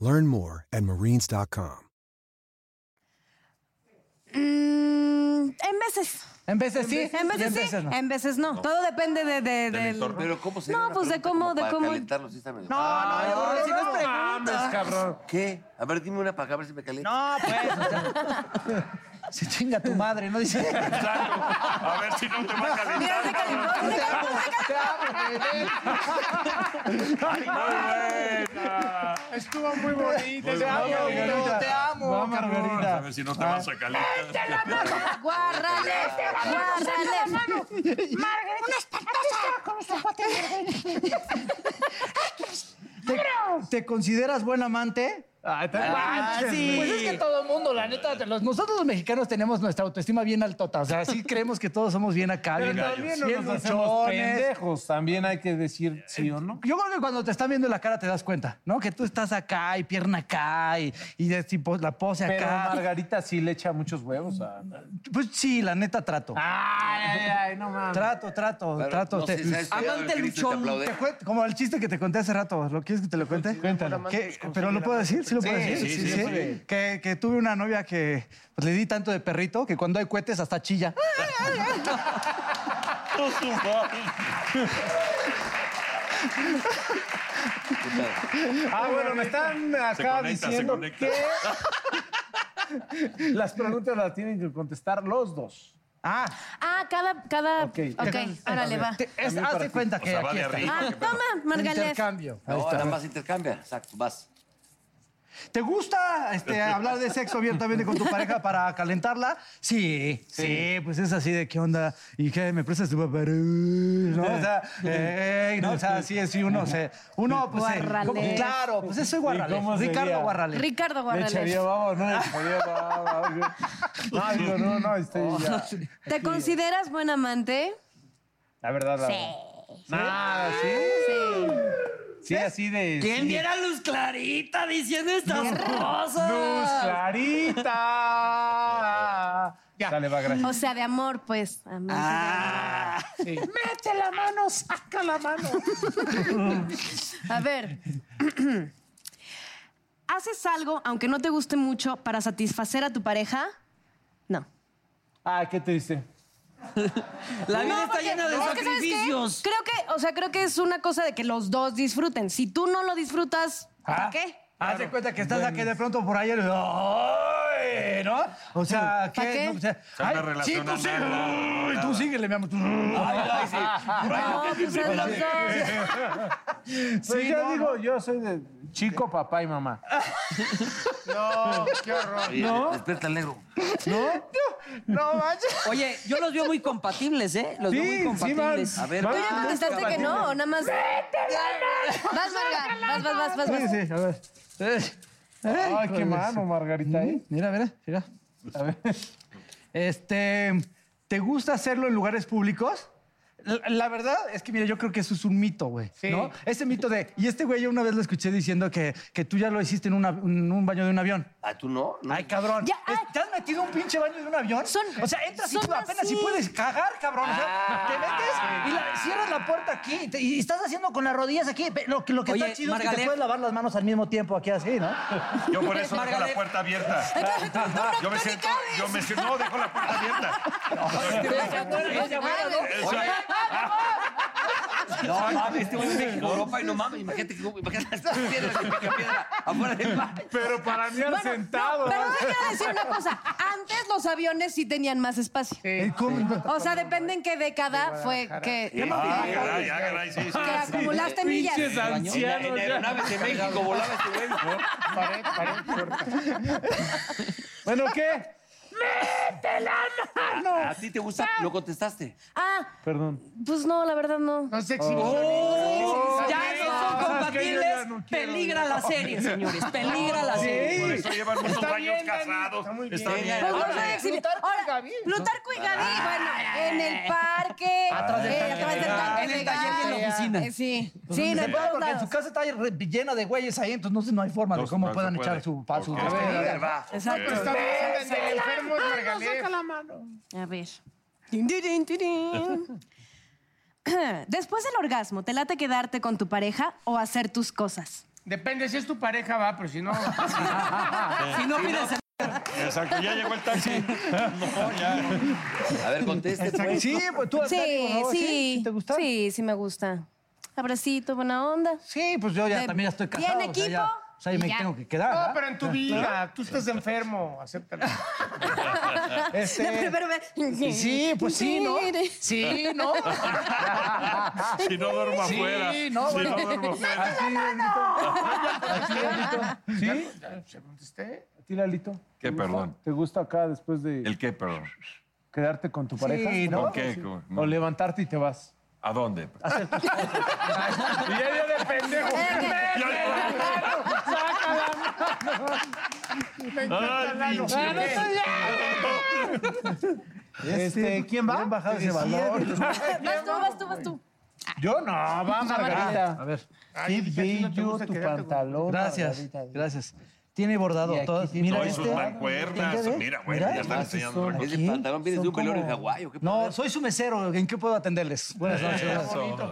M: Learn more at marines.com.
J: Mm, en veces.
I: En veces sí.
J: En
I: y
J: veces sí,
I: no.
J: en veces no. Todo depende de, de- del-
A: Pero ¿cómo se
J: No, pues de cómo, de cómo.
A: calentarlo, sí está medio-
I: No, no,
C: Ah,
I: yo creo que sí no es
C: mames,
I: pregunta.
C: cabrón.
A: ¿Qué? A ver, dime una para acá, a ver si me calienta.
I: No, pues. o sea, se chinga tu madre, ¿no? Dice.
B: Exacto. A ver si no te va a
J: Mira, se
B: calentar.
J: calentó, se calentó, se calentó.
I: Te amo, bebé.
B: Muy buena.
E: Estuvo muy bonita.
B: Muy
E: Te amo,
B: bonita.
E: Carlita.
I: Te amo,
C: No,
I: Margarita.
C: Margarita.
B: A ver si no te vas a calentar.
J: Guárrale, guárrale.
I: ¿Te, te consideras buen amante?
C: Ay, te manches,
I: Pues es que todo el mundo, la neta, de los- nosotros los mexicanos tenemos nuestra autoestima bien altota. O sea, sí creemos que todos somos bien acá,
C: Pero
I: bien,
C: también no
I: bien
C: nos hacemos
I: luchones.
C: pendejos. También hay que decir sí o
D: Eh,
C: no.
I: Yo creo que cuando te están viendo la cara te das cuenta, ¿no? Que tú estás acá y pierna acá y, y de tipo la pose
C: Pero
I: acá.
C: Margarita sí le echa muchos huevos a...
I: Pues sí, la neta trato.
C: Ay, ay, ay, no mames.
I: Trato, trato,
A: Claro,
I: trato.
A: no
I: Te-
A: sé, ¿sabes?
I: amante
A: Cristo te
I: luchón.
A: aplaude.
I: Te cuento- como el chiste que te conté hace rato. ¿Lo quieres que te lo cuente?
C: Cuéntalo.
I: Que- pero lo puedo decir, sí lo puedo
C: Sí,
I: decir.
C: sí, sí, sí.
I: Que, que tuve una novia que pues, le di tanto de perrito que cuando hay cohetes hasta chilla.
C: Ah, bueno, me están acá
B: conecta, se
C: diciendo
B: conecta.
C: que las preguntas las tienen que contestar los dos.
I: Ah,
J: Ah, cada, cada.
C: Ok.
J: Ok,
C: Entonces,
J: órale, va.
I: te- es-
C: También para
I: hazte
C: ti.
I: cuenta
B: O
I: que
B: sea, va
I: aquí
B: de
I: está.
B: arriba.
J: Ah, toma, Margalef.
I: Intercambio.
C: Oh.
A: No, nada más intercambia. Exacto, vas.
I: ¿Te gusta este, hablar de sexo abiertamente con tu pareja para calentarla? Sí, sí, pues es así de qué onda y qué me prestas tu paparú, ¿no? O sea, ey, ¿no? O sea, sí, sí, uno se. Uno, pues. se-
J: Guarralés.
I: como- claro, pues eso es
C: ¿Y cómo
I: Guarrales.
C: sería?
I: Ricardo Guarrales.
J: Ricardo
C: Le echaría
J: Guarrales.
C: baba, no le echaría baba. yo- No, digo, no, no, estoy
I: Oh,
C: ya. ¿eh?
J: ¿Te consideras buen amante?
C: La verdad, la verdad. Nada, sí. Sí, así de. sí.
I: Luz Clarita diciendo estas
C: Luz Clarita.
I: Ya.
C: Dale, va, gracias.
J: O sea, de amor, pues. Amante de
C: Ah. Mete la mano, saca la mano.
J: A ver. ¿Haces algo, aunque no te guste mucho, para satisfacer a tu pareja? No.
C: Ah, ¿qué te dice?
I: La vida
J: No,
I: está
J: porque-
I: llena de
J: es que, ¿sabes qué?
I: sacrificios.
J: Creo que, o sea, creo que es una cosa de que los dos disfruten. Si
D: Ah.
J: tú no lo disfrutas, ¿para qué?
I: Haz de cuenta que estás aquí de pronto por ahí. ¡Ay! güey, ¿no? O sea,
C: ¿Pa qué?
I: ¿qué? No, o sea,
C: Se anda
I: ay, sí, tú
C: relacionando
I: síguele.
C: nada.
I: Uy, tú síguele, mi amor.
C: ay, sí. No, pues, son los
I: Sí,
C: Pues yo
I: no,
C: digo, yo soy de chico, papá y mamá.
E: No, qué horror.
C: Oye, ¿No?
A: Despierta el negro.
C: ¿No?
E: No manches.
D: Oye, yo los veo muy compatibles, ¿eh? Los veo muy compatibles.
I: van- van-
J: ¿Tú ya contestaste que no o nada más? Vas, Varga. Vas, vas, vas, vas. vas.
I: Sí, sí, a ver.
C: Ay, qué mano,
I: Margarita. Eh, Mira, mira, mira. A ver. Este, ¿te gusta hacerlo en lugares públicos? La, la verdad es que, mira, yo creo que eso es un mito, güey. ¿no? Ese mito de. Y este güey, yo una vez lo escuché diciendo que, que tú ya lo hiciste en, una- en un baño de un avión.
A: Ah, tú no.
I: Ay, cabrón.
J: Ya, ay.
I: ¿Te has metido un pinche baño de un avión? o sea, entras y
J: son
I: tú apenas
J: así.
I: si puedes cagar, cabrón. O sea,
J: Ah.
I: te metes y la- cierras la puerta aquí y, te- y estás haciendo con las rodillas aquí. Pe- Lo, que- lo que
D: Oye,
I: está chido es que
D: Margalef.
I: te puedes lavar las manos al mismo tiempo aquí así, ¿no?
B: Yo por eso dejo la puerta abierta. Yo me siento, yo me siento, no, dejo la puerta abierta.
A: No, mames, este güey vive en Europa y no mames, imagínate que imagínate las piedras de pica piedra afuera del baño.
C: Pero para mí al
B: Ah,
J: Bueno,
C: sentado.
J: no, pero déjame decir una cosa. Antes los aviones sí tenían más espacio.
C: ¿Eh?
J: O sea, depende en qué década fue que...
B: Ah, caray, ah, caray, sí, sí.
J: Que acumulaste millas.
B: Pinches ancianos,
A: En aeronaves de México volaba este güey.
C: Bueno, ¿qué?
A: ¿A ti te gusta? Lo contestaste.
J: Ah,
C: Perdón.
J: pues no, la verdad no.
E: No se
D: ya no son
C: Es que yo ya
D: compatibles.
C: no quiero.
D: Peligra la serie, señores. Peligra la
B: Sí, Por
D: serie.
B: eso llevan muchos
E: Está
B: años
E: bien, Dani,
B: casados. Está bien.
J: Pues no soy exhibi- Ahora,
E: Gaby.
J: Plutarco y Gaby, bueno, en el parque.
I: Atrás del
J: eh,
I: tanque
J: atrás
I: de
J: del
I: gas.
J: tanque
I: En
J: de
I: el taller y en la
J: gas.
I: oficina.
J: Eh, Sí, sí, no hay todos
I: porque en su
J: lados.
I: casa está re- llena de güeyes ahí, entonces no sé, no hay forma de cómo
B: no
I: puedan
B: se puede.
I: echar su paso.
B: Ok. A ver, va.
J: Exacto.
E: Está bien, el enfermo es Margalef.
J: A ver. Tin, tin, tin, tin, tin. Después del orgasmo, ¿te late quedarte con tu pareja o hacer tus cosas?
E: Depende, si es tu pareja va, pero si no...
D: Si no pides el
B: Exacto, ya llegó el taxi. No, ya.
A: A ver, conteste. güey.
I: Sí, pues tú, Tani,
J: Sí,
I: por favor,
J: sí.
I: ¿Te gusta?
J: Sí, sí me gusta. Abracito, buena onda.
I: Sí, pues yo ya
J: Te-
I: también ya estoy
J: ¿Tiene
I: casado. o sea,
J: equipo?
I: ya- O sea, ya
J: Y ya.
I: me tengo que quedar.
E: No,
I: ¿verdad?
E: pero en tu vida, tú estás enfermo, acéptalo.
I: Este,
J: No, pero- pero-
I: y sí, pues sí, ¿no? Sí, ¿no?
B: Si no duermo afuera.
I: Sí, no,
B: Si
I: bueno.
B: no duermo afuera.
I: Así,
C: ¿Sí? ¿Sí?
E: ¿Se contesté?
C: ¿A ti, Lalito?
H: ¿Qué,
C: ¿Te gusta-
H: perdón?
C: ¿Te gusta acá después de
H: ¿El qué, perdón?
C: quedarte con tu pareja?
H: ¿no?
C: ¿O
H: ¿Con qué?
C: sí?
H: ¿Cómo?
C: O levantarte y te vas.
H: ¿A dónde?
C: Y ya yo de pendejo. Este, ¿Quién va? bajado ese valor.
J: Vas tú, vas tú, vas tú.
C: Yo no, va Margarita.
I: A ver.
C: Qué
E: dije, a ti no te
C: bello
E: gusta
C: tu
E: quedarte con-
C: pantalón.
I: Gracias,
C: Margarita.
I: gracias. Tiene bordado
C: Y aquí
I: todo.
C: tiene-
I: Mira
B: No, y sus
I: este.
B: mancuernas.
I: Mira, ve.
B: Mira, güey,
I: Mira. ah,
B: ya están enseñando.
I: Aquí
A: Ese pantalón vienes
I: son
A: de un velor
I: como-
A: en Hawái. ¿o qué
I: No, soy su mesero. ¿En qué puedo atenderles? Buenas noches.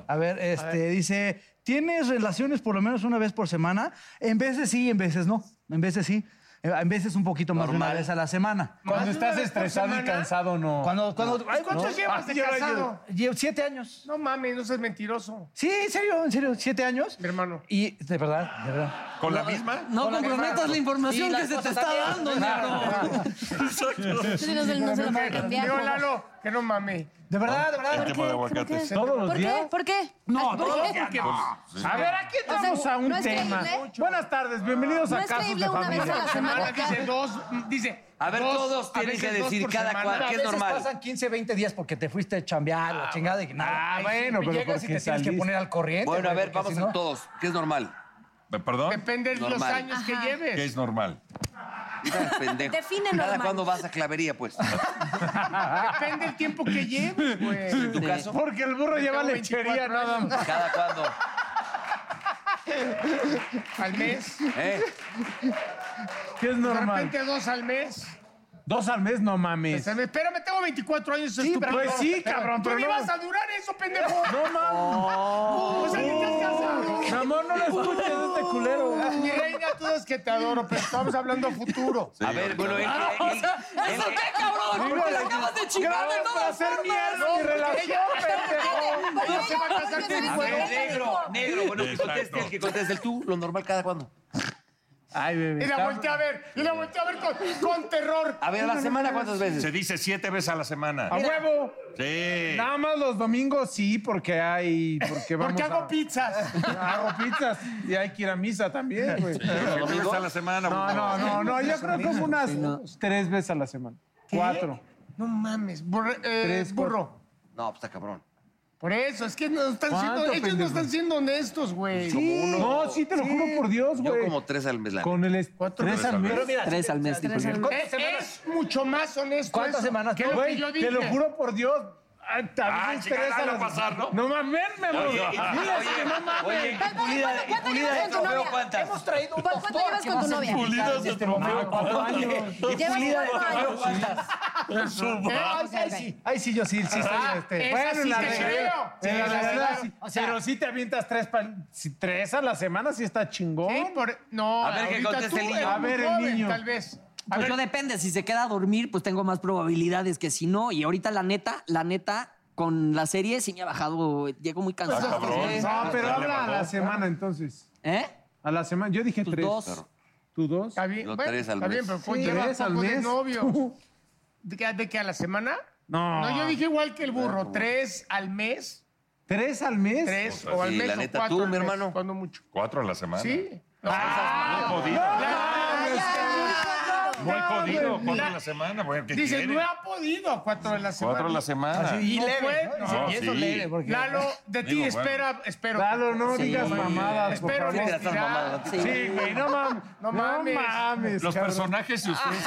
I: A ver, este, dice, ¿tienes relaciones por lo menos una vez por semana? En veces sí, en veces no. En veces sí. Eh, En veces un poquito más de una
A: Normal.
I: vez a la semana.
C: Cuando
E: ¿Más de una
C: estás
E: vez por
C: estresado y
E: semana?
C: cansado, no. Ah,
I: Cuando, cuando,
E: Ay, ¿Cuántos llevas de casado?
I: Llevo siete años.
E: No mames, no seas mentiroso,
I: Sí, en serio, en serio, siete años.
E: mi hermano.
I: Y de verdad, de verdad.
B: ¿Con la misma?
D: No comprometas la información que se te está dando, negro.
J: Sí, no se, no se lo puede cambiar.
E: Digo, Lalo, que no mames.
I: De verdad, de
B: El
I: verdad.
B: tipo de aguacates.
C: Todos los
J: ¿Por
C: días.
J: qué? ¿Por qué?
I: No,
J: ¿Por
I: todos
J: qué?
I: los días.
C: A ver, aquí
J: sea,
C: estamos a un
J: ¿no es
C: tema.
J: creíble?
C: Buenas tardes, bienvenidos
J: No
C: a
J: es
C: Casos
J: creíble
C: de
J: una vez a
C: Familia.
J: la semana.
E: Ah, Dice dos, dice...
A: A ver,
E: dos,
A: todos
E: a
A: tienen
E: veces
A: que
E: dos
A: decir
E: por
A: cada
E: semana.
A: cual.
I: A
A: ¿Qué es
I: veces
A: normal?
I: pasan 15, 20 días porque te fuiste a chambear, la chingada y nada.
C: Ah, bueno, pero
I: llegas y
C: porque
I: te tienes
C: saliste.
I: que poner al corriente.
A: Bueno, a
I: güey,
A: ver,
I: porque
A: vamos
I: si no-
A: a todos. ¿Qué es normal?
B: Eh,
H: ¿Perdón?
E: Depende de los
A: Normal.
E: años que
H: ¿Qué
E: lleves.
H: es normal?
A: Estás pendejo.
J: Define
A: ¿Cada
J: normal.
A: cuándo vas a clavería, pues?
E: Depende del tiempo que lleves, güey.
A: ¿Tu caso?
C: Porque el burro lleva
E: Tengo
C: lechería
E: 24
C: nada más.
A: ¿Cada cuándo?
E: Al mes.
A: ¿Eh?
C: ¿Qué es
E: De
C: normal?
E: repente dos al mes.
C: Dos al mes, no mames.
E: Espérame, tengo 24 años,
C: Sí,
E: estúpido.
C: pues sí, cabrón,
E: Tú
C: pero
E: ni
C: no.
E: vas a durar eso, pendejo.
C: No mames.
E: O sea, ni estás casado.
C: Amor, no lo escuches a este culero.
E: Mi reina, tú es que te adoro, pero estamos hablando a futuro.
A: A ver, bueno, eh, él...
E: Ah,
A: él- él-
D: ¿Eso qué, cabrón? ¿Por qué la acabas de chingar de
C: Gracias por
D: todas
C: hacer mierda mi relación, pendejo.
E: No se va a casar
J: Porque
E: contigo,
A: A
J: no
A: ver,
J: es
E: güey.
A: negro, negro. Bueno, que
B: Exacto.
A: conteste el que conteste el tú. Lo normal, ¿cada cuándo?
C: Ay, bebé.
E: Y la
C: estamos-
E: volteé a ver, y la volteé a ver con, con terror.
C: A ver, a la semana, ¿cuántas veces?
B: Se dice siete veces a la semana.
C: ¡A huevo!
B: Sí.
C: Nada más los domingos sí, porque hay. Porque, vamos
E: Porque hago
C: a-
E: pizzas.
C: Hago pizzas y hay que ir a misa también, güey.
B: Los domingos a la semana.
C: No, no, no, no, yo creo que es unas
B: Sí,
C: tres veces a la semana. Cuatro.
E: No mames, burro. eh,
C: Tres,
E: burro.
A: No, pues está cabrón.
E: Por eso, es que no están
C: ¿Cuánto,
E: siendo, ellos no
C: pendejo?
E: están siendo honestos, güey.
A: Como uno-
C: No, sí, te lo juro por Dios,
A: Yo
C: güey.
A: como tres al mes la
C: Con el cuatro
A: Tres
C: tres
A: al
C: al mes.
A: mes. Pero mira,
D: Tres al mes, dijo el
E: Es, es mucho más honesto.
C: ¿Cuántas
E: eso
C: semanas?
E: Que lo
C: Güey,
E: que yo dije.
C: te lo juro por Dios. Ah, también
B: Ah, chica,
C: tres
B: déjalo
C: las-
B: pasar, ¿no?
C: No mames, me voy.
B: Oye,
C: Mira,
B: oye,
C: es que no mames. Eh,
B: oye,
C: Oye,
J: ¿Cuánto llevas
D: y
J: con tu
D: pulida,
J: novia?
D: yo veo cuántas.
J: Hemos traído un ¿Cuánto llevas con tu novia? Llevas cuatro años.
E: Eh,
C: Ahí
E: ahí sí, ahí sí.
C: sí, ahí sí, yo sí, sí,
E: Ah,
C: soy, este,
E: esa sí
C: en la
E: te
C: regla-
E: creo.
C: en
E: Sí,
C: la
E: esa sí,
C: regla
E: claro.
C: sí.
E: O sea-
C: pero sí te avientas tres, pa- si tres a la semana, sí está chingón.
E: no,
D: A ver qué
E: ahorita
D: conteste
E: tú
D: el niño.
E: eres
D: A
E: muy
D: ver, el
E: joven,
D: niño.
E: Tal vez. A
D: Pues
E: ver,
D: yo depende, si se queda a dormir, pues tengo más probabilidades que si no. Y ahorita, la neta, la neta, con la serie sí me ha bajado, llego muy cansado. Sí.
C: No, pero habla a la semana entonces.
D: ¿Eh? Pues
C: A la semana, yo dije tres.
D: dos.
C: ¿Tú dos?
E: está bien,
C: Yo
E: bueno,
C: tres al
E: está bien,
C: mes.
E: pero
C: Sí,
E: lleva
C: tres al
E: poco de
C: mes. Uh.
E: novio. ¿De qué, de qué, a la semana?
C: No.
E: No, yo dije igual que el burro, tres al mes,
C: ¿Tres al mes?
E: tres o al
C: sí,
E: mes
C: la
E: o
C: neta,
E: cuatro
C: tú,
E: al
C: mi
E: mes,
C: hermano.
E: Cuando mucho.
B: Cuatro a la semana.
E: ¿Sí?
B: Ah, muy jodido. Muy jodido. Cuatro a la semana. Bueno, ¿qué
E: Dice,
B: quiere?
E: no ha podido a cuatro de la semana.
B: Cuatro a la semana.
E: Así, y
B: No
E: leve,
B: puede,
E: ¿no?
B: no,
E: Y eso
B: sí.
E: leve, porque- Lalo, de ti
B: Digo, bueno.
E: espera, espero.
C: Lalo, no digas mamadas, por
E: Espero
C: favor.
E: honestidad.
C: Sí, güey, no mames.
E: No
C: No
E: mames.
C: mames.
B: Los
C: cabrón.
B: personajes y ustedes.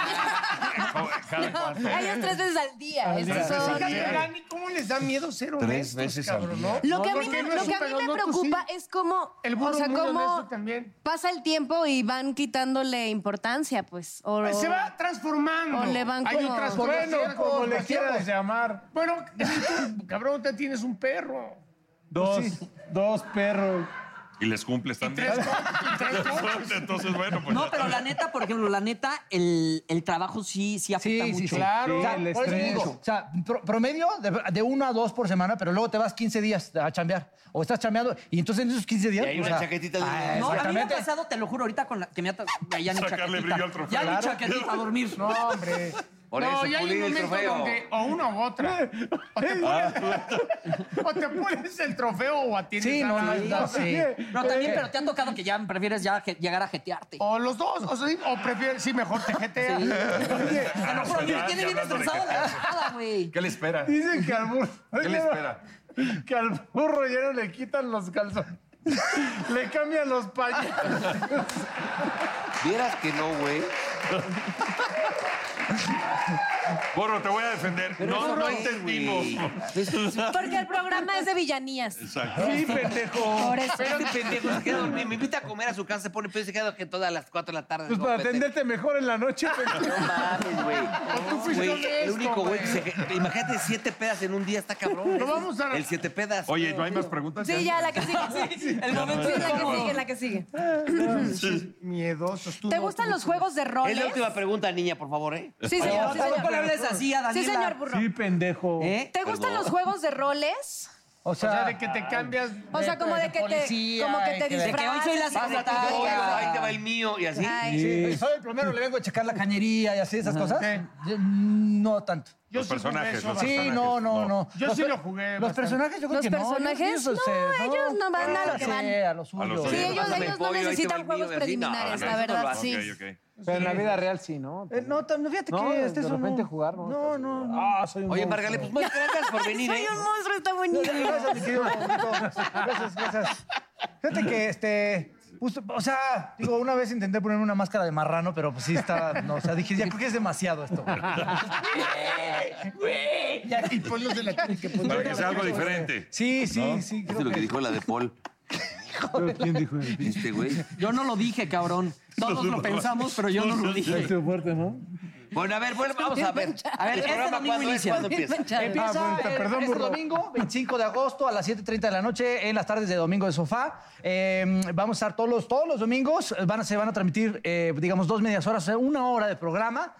B: Cada cuatro.
J: No, ellos tres veces al día.
B: Al
J: Esos
B: día.
J: son-
B: Fíjate,
E: Dani, ¿cómo les da miedo ser
B: Tres
E: honestos,
B: veces al
E: cabrón,
B: día.
E: no?
J: Lo que a
E: No,
J: mí
E: porque
J: me,
E: no es
J: lo que a
E: un
J: mí me
E: pelón, no, tú
J: preocupa
E: sí.
J: es cómo,
E: El burro
J: o sea,
E: muy
J: cómo
E: honesto también.
J: pasa el tiempo y van quitándole importancia, pues. O,
E: Se va transformando.
J: o le van
E: Hay
J: como-
E: otras
J: Bueno,
E: cosas,
C: como
E: otras
C: le
E: cosas.
C: quieras llamar.
E: Bueno, es que tú, cabrón, te tienes un perro.
C: Dos, dos perros.
B: Y les cumples también. Entonces, bueno, pues.
D: No,
B: ya
D: pero la neta, por ejemplo, la neta, el, el trabajo sí, sí afecta
I: Sí, sí,
D: mucho.
I: sí. O sea, por eso digo, o sea, pro- promedio de, de uno a dos por semana, pero luego te vas 15 días a chambear. O estás chambeando, y entonces en esos 15 días.
A: Y hay
I: o
A: una
I: sea,
A: chaquetita de-
I: ah,
D: No, a mí me ha
I: exactamente.
D: pasado, te lo juro, ahorita con la que me ha ya, ya ni
B: Sacarle
D: chaquetita.
B: brillo al trofeo.
D: Ya ni
B: Claro.
D: chaquetita a dormir.
E: No, hombre.
A: Por
E: no,
A: eso,
E: ya hay
A: pulir
E: un
A: el
E: momento
A: trofeo.
E: donde o una u otra. O te
C: Ah.
E: pones, o te pones el trofeo o atiendes
I: Sí,
E: a
I: no,
E: la-
I: no, no, sí.
D: No, también, pero te han tocado que ya prefieres ya je- llegar a jetearte.
E: O los dos, o, sea, o prefieres, sí, mejor te jetea. Oye,
D: Te lo juro, me tiene bien
B: hablando de
D: estresado la jada, güey.
B: ¿Qué le espera?
C: Dicen que al burro.
B: ¿Qué le espera?
C: Que al burro ya no le quitan los calzones. le cambian los pañales.
A: Vieras que no, güey.
B: Borro, te voy a defender. no, no entendimos.
J: Porque el programa es de villanías.
B: Exacto.
C: Sí, pendejo.
J: Por eso.
A: Este pendejo se queda a dormir. Me invita a comer a su casa, se pone pedo y se queda que todas las 4 de la tarde.
C: Pues
A: No,
C: para
A: pendejo.
C: atenderte mejor en la noche. pendejo.
A: No mames, güey.
E: tú fuiste
A: Güey, El
E: honesto,
A: único güey que se.
E: güey.
A: que- Imagínate siete pedas en un día, está cabrón.
E: No vamos a-
A: El siete pedas.
B: Oye, ¿no hay más preguntas?
J: Sí, ya, la que sigue. El momento sí, la que sigue, la que sigue.
E: Miedosos, tú
J: ¿Te
E: no,
J: gustan
E: tú no,
J: los
E: tú no.
J: juegos de
A: Es la
J: roles?
A: última pregunta, niña, por favor, ¿eh?
J: Sí, señor. sí,
D: Tampoco le
J: señor.
D: hables así a
J: Sí,
D: Daniela.
J: señor burro.
C: Sí, pendejo.
D: ¿Eh?
J: ¿Te
I: Pues
J: gustan los juegos de roles?
I: O
E: O sea, de
I: sea,
E: que te cambias.
J: O sea, como de que te,
I: policía,
J: como que
I: y
J: te
I: que de
D: que hoy soy la
J: disfrazas.
A: Pasa tu rollo,
D: Ay,
A: ahí te va el mío y así.
J: Ay,
I: sí, soy el plomero, le vengo a checar la cañería y así, esas cosas. Yo- No tanto.
E: Yo
B: Los
E: sí jugué
B: personajes,
E: eso
B: los
E: bastante.
I: Sí, no, no, no.
E: Yo
I: Los
E: sí
I: per-
E: lo jugué
I: Los
E: bastante.
I: personajes, yo creo
J: ¿Los
I: que no.
J: personajes?
I: Yo pienso,
J: No, ellos no van a lo que
I: sí,
J: van.
I: A los
B: A lo
I: suyos.
B: suyo.
J: Sí, ellos,
A: Pásame
J: ellos
A: pollo,
J: no
A: ahí te va
J: necesitan
A: el mío,
J: juegos
A: y así. No,
J: preliminares,
A: no,
J: la
A: eso no lo
J: verdad,
A: hace.
J: sí.
B: Ok, ok.
C: Pero en la vida real sí, ¿no?
I: Eh, no, también fíjate
C: No,
I: que este
C: de
I: es un-
C: repente jugar, ¿no?
I: No, no, no.
C: Ah, soy un
A: Oye,
C: monstruo.
A: Margale, pues más gracias por venir,
J: Soy
A: ¿eh?
J: un monstruo, está bonito.
I: Gracias, mi querido Raulito. Gracias, gracias. Fíjate que este. justo, o sea, digo, una vez intenté ponerme una máscara de marrano, pero pues sí estaba. No, o sea, dije, ya creo que es demasiado esto.
E: Ya, y ponlos de la que ponlos.
B: Para que sea algo diferente.
I: Sí, sí, sí.
A: Eso es lo que dijo la de Paul.
C: ¿Quién dijo eso?
A: Este güey.
D: Yo no lo dije, cabrón. Todos lo pensamos, pero yo no lo dije.
C: Estuvo fuerte, ¿no?
A: Bueno, a ver, bueno, vamos a ver.
D: A ver,
A: ¿El
D: este
A: programa
D: domingo
A: cuándo es?
D: inicia.
A: ¿Cuándo empieza?
I: Empieza
C: Ah, bueno,
I: el-
C: perdón,
I: este
C: burro.
I: domingo, 25 de agosto, a las 7.30 de la noche, en las tardes de Domingo de Sofá. Eh, vamos a estar todos los, todos los domingos, eh, van a, se van a transmitir, eh, digamos, dos medias horas, o sea, una hora de programa.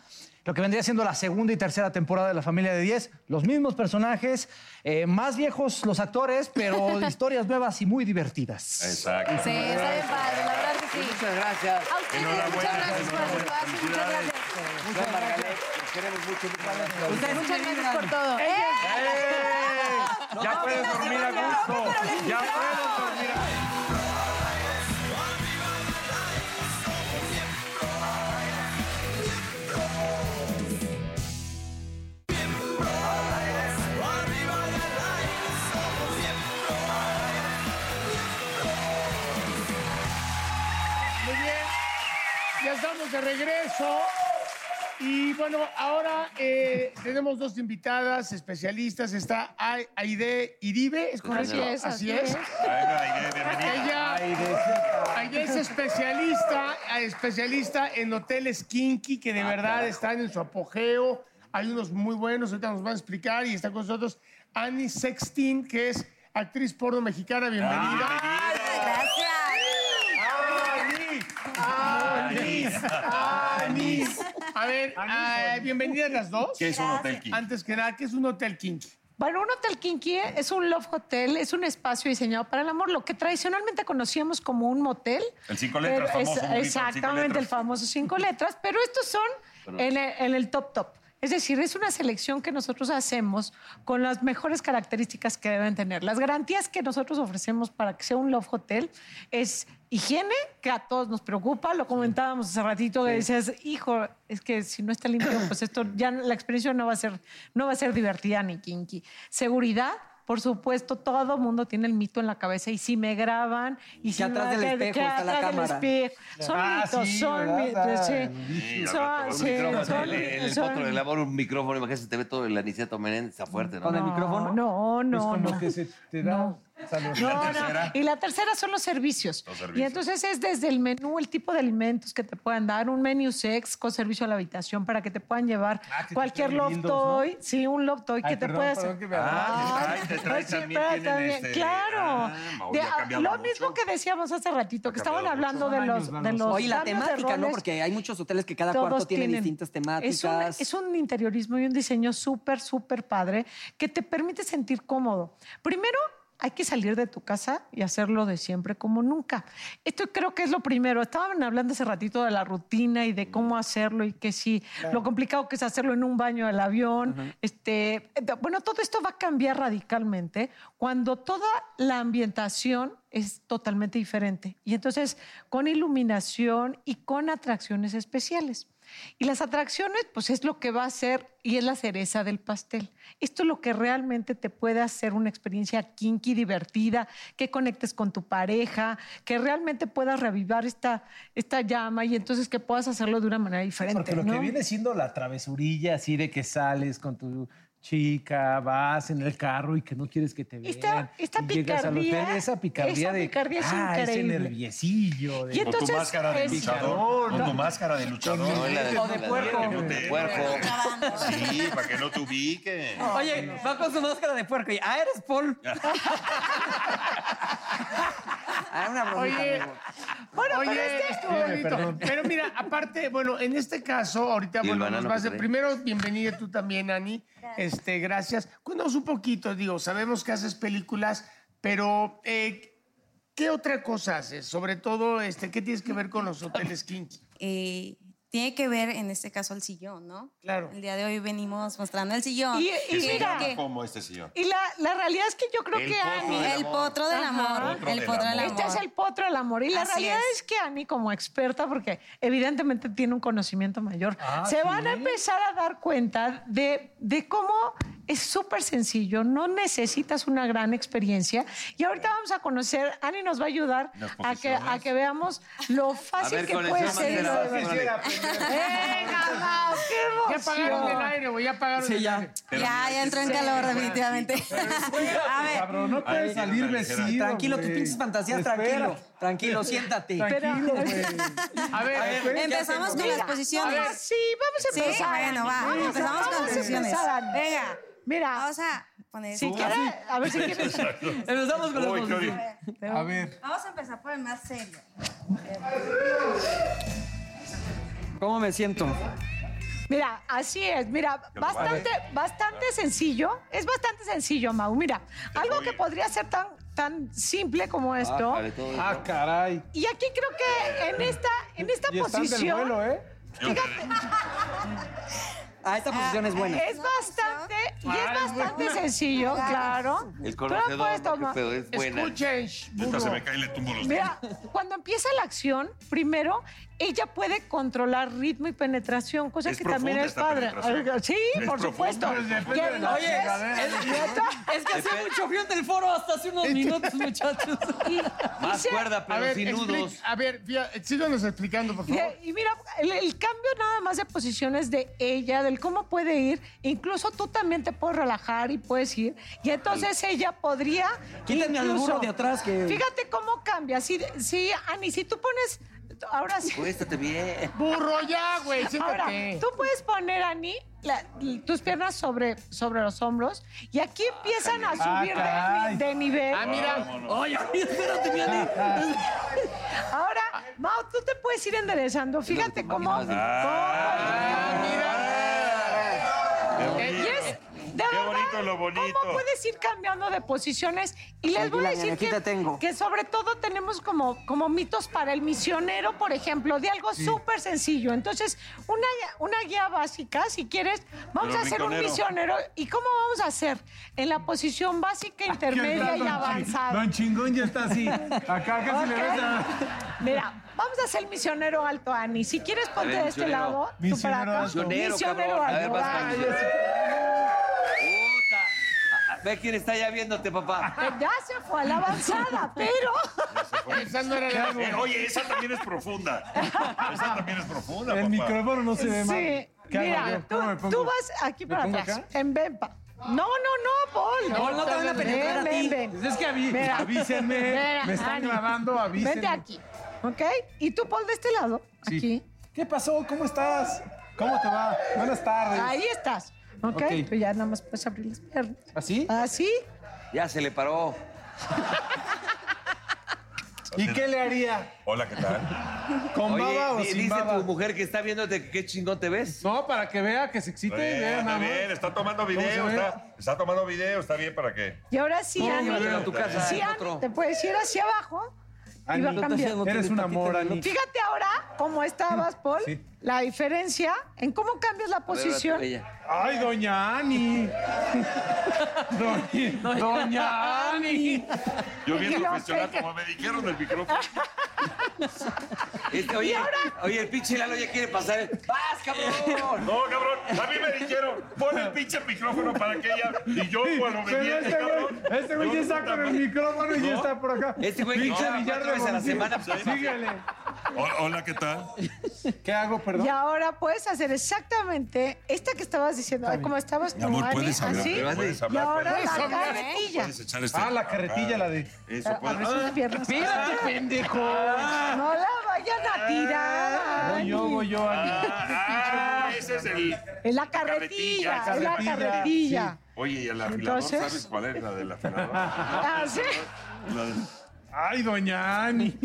I: Lo que vendría siendo la segunda y tercera temporada de La Familia de 10. Los mismos personajes, eh, más viejos los actores, pero historias nuevas y muy divertidas.
B: Exacto.
J: Sí, está bien padre, la verdad que que sí.
A: Muchas gracias.
J: A ustedes, muchas gracias por su espacio, muchas gracias.
A: Muchas gracias. Los queremos mucho. Muchas gracias.
J: Muchas gracias por todo. ¡Eh!
B: Ya puedes dormir a gusto. Ya puedes dormir a gusto.
E: Muy bien. Ya estamos de regreso. Y bueno, ahora eh, tenemos dos invitadas especialistas. Está Ai- Aide Iribe, ¿es correcto?
J: Así es, así
E: es.
J: es.
B: Venga, Aide, bienvenida.
E: Ella, Aide es especialista, eh, especialista en hoteles kinky que de verdad están en su apogeo. Hay unos muy buenos, ahorita nos van a explicar. Y está con nosotros Annie Sextin, que es actriz porno mexicana. Bienvenida. Anís, anís. A ver, eh, bienvenidas las dos.
N: ¿Qué es un hotel Gracias. kinky?
E: Antes que nada, ¿qué es un hotel kinky?
N: Bueno, un hotel kinky es un love hotel, es un espacio diseñado para el amor, lo que tradicionalmente conocíamos como un motel.
B: El cinco letras,
N: Pero
B: famoso, bonito, el cinco
N: exactamente,
B: letras.
N: el famoso cinco letras, pero estos son
B: Perdón.
N: en el, en el top top. Es decir, es una selección que nosotros hacemos con las mejores características que deben tener. Las garantías que nosotros ofrecemos para que sea un love hotel es higiene, que a todos nos preocupa. Lo comentábamos hace ratito que decías, hijo, es que si no está limpio, pues esto ya la experiencia no va a ser, no va a ser divertida ni kinky. Seguridad. Por supuesto, todo mundo tiene el mito en la cabeza y si me graban y si
D: Que atrás
N: me-
D: del
N: que-
D: espejo
N: que
D: está la
N: atrás del
D: cámara.
N: espejo. Son
D: Ah,
N: mitos,
D: sí,
N: son
D: ¿verdad?
N: mitos. sí.
A: Sí, al
N: Son-
A: rato con un
N: sí,
A: micrófono,
N: son-
A: el- el- el
N: son-
A: potro del amor, un micrófono, imagínate, se te ve todo el aniceto Menéndez, está fuerte, ¿no?
N: No, No, no, no. No.
A: saludos.
N: No,
A: ¿La
N: no.
A: tercera?
N: Y la tercera son los servicios.
A: servicios.
N: Y entonces es desde el menú, el tipo de alimentos que te puedan dar, un menú sex con servicio a la habitación para que te puedan llevar cualquier
C: traen
N: love
C: lindos, ¿no?
N: toy. Sí, un love toy
C: Ay,
N: que te
C: perdón,
N: puedas.
C: perdón que me
N: Ah,
C: agarre. Te traen, te
J: pues
C: traen
N: no, sí,
C: también,
N: pero
C: tienen
N: también,
C: este-
N: Claro.
C: Ah, hoy
N: De-
C: ha cambiado
N: lo mismo que decíamos hace ratito, que estaban hablando de los, de los.
D: Oye, la
N: cambios de
D: temática, ¿no?
N: roles.
D: Porque hay muchos hoteles que cada
N: Todos
D: cuarto tiene
N: tienen.
D: distintas
N: Es un,
D: temáticas.
N: es un interiorismo y un diseño súper, súper padre que te permite sentir cómodo. Primero, hay que salir de tu casa y hacerlo de siempre como nunca. Esto creo que es lo primero. Estaban hablando hace ratito de la rutina y de cómo hacerlo y que sí,
D: Claro.
N: lo complicado que es hacerlo en un baño del avión. este, bueno, todo esto va a cambiar radicalmente cuando toda la ambientación es totalmente diferente. Y entonces con iluminación y con atracciones especiales. Y las atracciones, pues es lo que va a ser y es la cereza del pastel. Esto es lo que realmente te puede hacer una experiencia kinky, divertida, que conectes con tu pareja, que realmente puedas reavivar esta, esta llama y entonces que puedas hacerlo de una manera diferente.
C: Porque lo que
N: ¿no?
C: viene siendo la travesurilla, así de que sales con tu chica, vas en el carro y que no quieres que te vean.
N: Esta- esta
C: y llegas al
N: picardía,
C: hotel, esa picardía
N: esa
C: de
N: picardía es
C: ah, ese
N: increíble".
C: nerviosillo. De,
N: Y entonces, Con tu máscara de es-
B: luchador, con tu máscara de luchador.
C: No, la de-
B: O
C: O de la de- puerco.
B: De Sí, para que no te ubique.
D: Oye, va con su máscara de puerco y, ah, eres Paul.
E: Ah, una
D: bromita,
E: Oye,
D: amigo.
E: bueno,
D: Oye,
E: pero este estuvo
D: dime,
E: bonito.
D: perdón.
E: Pero mira, aparte, bueno, en este caso, ahorita,
A: Y el
E: bueno, nos
A: banano
E: va a
A: que
E: hacer.
A: trae.
E: Primero, bienvenida tú también, Ani. Este, gracias. Cuéntanos un poquito, digo, sabemos que haces películas, pero eh, ¿qué otra cosa haces? Sobre todo, este, ¿qué tienes que ver con los hoteles kinky?
O: eh, tiene que ver en este caso el sillón, ¿no?
E: Claro.
O: El día de hoy venimos mostrando el sillón.
N: Y-
B: Que se
O: mira,
B: llama
O: que-
B: como este señor.
N: Y la, la realidad es que yo creo
B: El
N: que
B: potro
N: Ani.
B: del El amor. potro del
N: Ajá.
B: amor, Potro el del potro del amor. amor.
N: Este es el potro del amor. Y la
O: Así
N: realidad
O: es.
N: es. que Ani, como experta, porque evidentemente tiene un conocimiento mayor,
O: Ah,
N: se van a
O: sí.
N: empezar a dar cuenta de, de cómo es súper sencillo, no necesitas una gran experiencia. Y ahorita vamos a conocer, Ani nos va a ayudar
B: Las
N: a que, a que veamos lo fácil
B: ver,
N: que
B: con el
N: puede
B: tema de
N: ser.
B: la-
N: lo de-
B: Quisiera pues
N: Venga, Mau, qué
E: Ya pagaron
N: emoción.
E: el aire, güey, ya pagaron
C: Sí,
E: el
C: ya.
E: aire.
O: Ya, ya entró en calor, definitivamente. A ver,
C: Cabrón, no puedes salir vestido.
D: Tranquilo,
C: güey.
D: tus pinches fantasías,
C: Espera.
D: tranquilo. Tranquilo, siéntate.
C: Tranquilo, güey.
E: A ver,
O: empezamos con las posiciones.
E: Ah,
N: Ahora sí, vamos a
O: Sí,
N: empezar.
O: bueno, va,
N: Vamos a-
O: empezamos con
N: vamos a
O: posiciones.
N: empezar, Ani.
O: Venga,
N: Mira.
O: vamos a poner.
N: Si quieres, a ver si quieres. Empezamos con las
B: Uy, qué
N: posiciones.
C: A ver,
O: Vamos a empezar por el más serio.
D: ¿Cómo me siento?
N: Mira, así es. Mira,
D: lo
N: bastante,
D: vale.
N: bastante sencillo. Es bastante sencillo, Mau. Mira, algo que podría ser tan, tan simple como esto.
C: Ah, caray.
N: Y aquí creo que en esta, en esta
C: Y están del
N: posición.
C: vuelo, ¿eh?
D: Ah, esta posición es buena.
N: Es bastante, y es
D: Ah, es
N: bastante
D: buena.
N: sencillo, claro.
A: El
N: Tú la puedes
A: conocedor, no, qué
N: tomar.
A: pedo, es buena.
B: Esta se me cae y le tumbo los dedos.
N: Mira, cuando empieza la acción, primero, ella puede controlar ritmo y penetración, cosa
B: Es
N: que también
B: profunda
N: es
B: esta
N: padre.
B: penetración.
N: Sí,
B: Es
N: por
B: profunda.
N: supuesto.
B: Pues depende
N: Que
B: de la
N: no
B: Oye, chingadera.
N: es- es-
D: Es que hacía mucho frío en el foro hasta hace unos minutos, muchachos.
A: Más cuerda,
E: A
A: pero
E: ver,
A: sin
E: expli-
A: nudos.
E: A ver, fía- síganos explicando, por favor.
N: Y, y mira, el, el cambio nada más de posiciones de ella, del cómo puede ir, incluso tú también te puedes relajar y puedes ir. Y entonces ella podría.
D: Quítame al
N: incluso-
D: burro de atrás que-
N: Fíjate cómo cambia. Si, si, Ani, si tú pones. Ahora sí.
A: Cuéstate bien.
E: Burro ya, güey, siéntate.
N: Ahora, tú puedes poner, Ani, la- tus piernas sobre, sobre los hombros y aquí empiezan a subir de-
C: caray.
N: de, nivel.
E: Ah, mira. Vámonos.
D: Ay, ay, espérate, mi Ani.
N: Ahora, Mau, tú te puedes ir enderezando. Fíjate cómo. cómo-
B: bonito.
N: Y es- de
B: Qué
N: verdad,
B: bonito lo bonito.
N: ¿Cómo puedes ir cambiando de posiciones? Y les voy a
D: Tranquila,
N: decir
D: Diana, aquí
N: que,
D: te tengo.
N: que sobre todo tenemos como, como mitos para el misionero, por ejemplo, de algo súper sencillo. Entonces, una, una guía básica, si quieres, vamos
B: Pero
N: a hacer un
B: misionero.
N: misionero. ¿Y cómo vamos a hacer? En la posición básica, intermedia y avanzada.
C: Don Chingón ya está así. Acá casi le
N: Ok.
C: ves a...
N: Mira, vamos a hacer misionero alto, Ani. Si quieres, ponte
A: ver,
N: de este
A: misionero.
N: lado. tú
C: Misionero
N: para acá.
C: alto.
A: Misionero, cabrón. A ver, vas,
N: Ay,
A: Juan.
N: es-
A: Puta. Ah, ah, Ve quién está ya viéndote, papá.
N: Ya se fue a la avanzada, pero.
E: Esa no era la
B: Eh, oye, esa también es profunda. Esa también es profunda,
C: El
B: papá.
C: micrófono no se ve mal.
N: Sí.
C: ¿Qué hago yo?
N: Mira, tú,
C: ¿Cómo me pongo?
N: tú vas aquí
C: ¿Me
N: para
C: pongo
N: atrás.
C: acá?
N: En Vempa. No, no, no, Paul.
D: Paul, no te van a penetrar a ti.
C: Pues Es que avi-
N: Mira.
C: avísenme.
N: Mira,
C: me están
N: Ani,
C: grabando, avísenme.
N: Vente aquí, ¿ok? Y tú, Paul, de este lado.
C: Sí.
N: Aquí.
C: ¿Qué pasó? ¿Cómo estás? ¿Cómo te va? Buenas tardes.
N: Ahí estás, ¿ok?
C: Ok.
N: Pero ya nada más puedes abrir las piernas.
C: ¿Así?
N: Así.
A: Ya se le paró.
C: ¿Y qué le haría?
B: Hola, ¿qué tal?
C: ¿Con
A: Oye,
C: baba o
A: di-
C: sin
A: dice tu
C: baba?
A: mujer que está viéndote que qué chingón te ves.
C: No, para que vea que se excite y vea,
B: Está
C: nada más.
B: bien, está tomando
C: ¿Cómo se
B: video,
C: ve?
B: está, está tomando video, está bien para qué.
N: Y ahora sí,
C: Póngalo
N: Ani.
C: en
A: tu casa,
N: Sí,
A: en
N: Ani,
A: otro.
N: te puedes ir hacia abajo. y va
C: Ani,
N: cambiando.
C: eres un amor, Ani.
N: Fíjate ahora cómo estabas, Paul,
C: Sí.
N: la diferencia en cómo cambias la
A: A ver, ahora tú,
N: posición.
A: ella.
C: Ay, doña Ani. Doña, doña Ani.
B: Yo bien
N: Que lo
B: profesional,
N: pegue.
B: como me dijeron del micrófono.
A: Este, oye, oye, el pinche Lalo ya quiere pasar. el- ¡Vas, cabrón!
B: No, cabrón, a mí me dijeron, pon el pinche micrófono para que ella. Y yo, cuando me
C: Pero este
B: cabrón.
C: güey, este güey
B: yo,
C: ya está
B: puta
C: con el
B: madre.
C: micrófono y ya está por acá.
A: Este güey que
C: Pinche
A: graba
C: billar
A: cuatro
C: de
A: veces a la
C: bolsillo.
A: semana.
C: Síguele.
B: O- Hola, ¿qué tal?
C: ¿Qué hago, perdón?
N: Y ahora puedes hacer exactamente esta que estabas diciendo, ay, cómo estabas tú,
B: Mi amor,
N: Ani,
B: puedes hablar.
N: así.
B: Puedes
N: Y
B: hablar.
N: ahora
B: puedes-
N: la
E: hablar, ¿eh?
N: carretilla.
B: puedes echar este-
C: Ah, la carretilla, la de.
B: Eso, puedes.
N: Abre sus piernas.
C: pendejo!
N: No la vayan a tirar.
C: Voy yo,
N: Ani.
C: voy yo, Ani.
B: Ah, ah, ese es el.
N: Es
B: carretilla,
N: la carretilla, es la
C: carretilla,
N: carretilla.
B: Oye, ¿y el afilador?
N: Entonces-
B: ¿Sabes cuál es la del afilador?
N: Así,
B: La del-
C: Ay, doña Ani.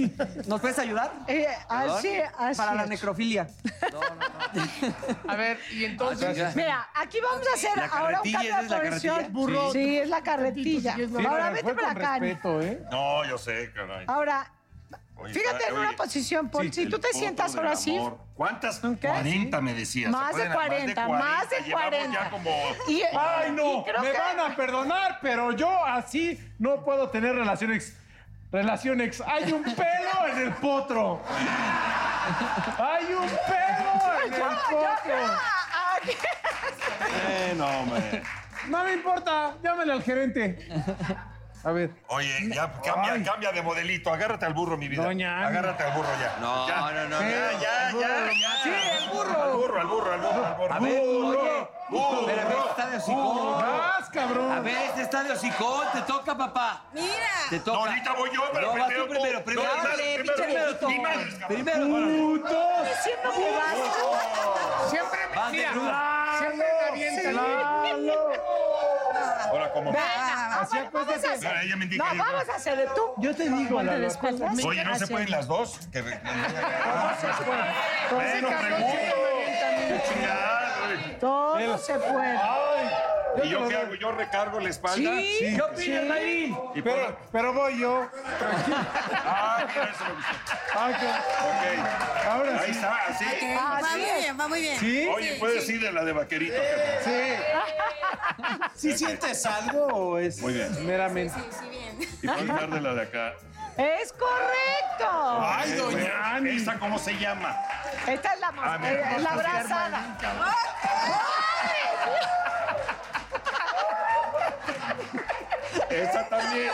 D: ¿Nos puedes ayudar?
N: eh, así, así.
D: Para la
N: es.
D: necrofilia.
E: A ver, y entonces.
A: Chinga.
N: Mira, aquí vamos a hacer
A: La
N: ahora un
A: carretilla,
N: cambio de
A: ¿esa es la
N: posición.
A: carretilla? Burro.
N: Sí, es la carretilla.
E: Sí,
C: Sí,
N: Ahora
C: pero
N: vete
C: fue
N: para
C: con
N: acá. Ani.
C: respeto, ¿eh?
B: No, yo sé, caray.
N: Ahora,
B: Oye,
N: Ah, fíjate en
B: oye,
N: una posición,
C: sí,
N: Paul. si tú
B: el
N: te
B: potro
N: sientas
B: del
N: ahora sí,
B: amor. ¿Cuántas?
N: Ok.
B: 40 me decías.
N: más
B: ¿se
N: de,
B: acuerdan?
N: 40, más de 40,
B: Llevamos ya como
N: Y,
C: ¡Ay,
N: y
C: no!
N: creo
C: Me
N: que-
C: van a perdonar, pero yo así no puedo tener relación ex. Relación ex. ¡Hay un pelo en el potro! ¡Hay un pelo en el potro!
N: Ah, aquí.
B: Eh, no, hombre.
C: No me importa, llámale al gerente. A ver.
B: Oye, ya cambia,
C: Ay.
B: cambia de modelito. Agárrate al burro, mi vida.
C: Doña Ana.
B: Agárrate al burro ya.
A: No,
B: ya.
A: no, no,
B: Ya,
A: no.
B: ya, ya, ya. Sí, el burro. Al burro, al burro, Uh, al burro. Al burro.
A: A ver,
B: burro,
A: oye.
B: burro.
A: Espérame, este está de hocicón.
C: ¡Más, cabrón!
A: A ver, este está de hocicón. Te toca, papá. Te
O: Mira.
A: toca.
B: No, ahorita voy yo, pero
A: No, vas
B: primero.
A: tú primero,
B: No,
A: primero.
B: dale,
A: Dale,
B: primero.
A: pinche
B: Ni
A: Beto.
B: madres, cabrón.
A: Primero.
C: ¡Putos!
N: Siempre que vas.
E: Siempre me
A: Vas de ruda.
E: mira, siempre me avienta.
C: ¡Lalo!
B: Ahora, ¿cómo?
N: Venga,
C: Así
N: ahora vamos a hacer.
B: Ahora ella me indica,
N: No,
B: ella me-
N: vamos a hacer de tú.
C: Yo te digo,
N: Ponte
C: Lalo,
N: de espaldas.
B: Oye, ¿no se
N: Así.
B: pueden las dos? Que... Bueno,
N: Entonces,
B: pregunto. Qué chingada, güey.
N: Todo se puede.
C: ¡Ay!
B: ¿Y yo qué hago? ¿Yo recargo la espalda?
P: Sí. ¿Qué opinas, Mayrín?
B: Y por-
C: Pero, pero voy yo. Ah,
B: Ah, mira, eso me gustó. Ok.
C: Ahora
B: Ahí
C: sí.
B: está, así.
E: Ah,
O: Ok, va muy bien, va muy bien.
B: Oye, puedes ir de la de vaquerito. carnal.
C: ¿Sí sientes algo o es
B: Muy bien.
C: meramente?
B: Y puedes dar de la de acá.
N: ¡Es correcto!
B: Ay, doña ¿Esta cómo se llama?
N: Esta es la, más-
B: Ah, mira,
N: eh,
B: vamos
N: la
B: a hacer
N: abrazada.
B: Esta también.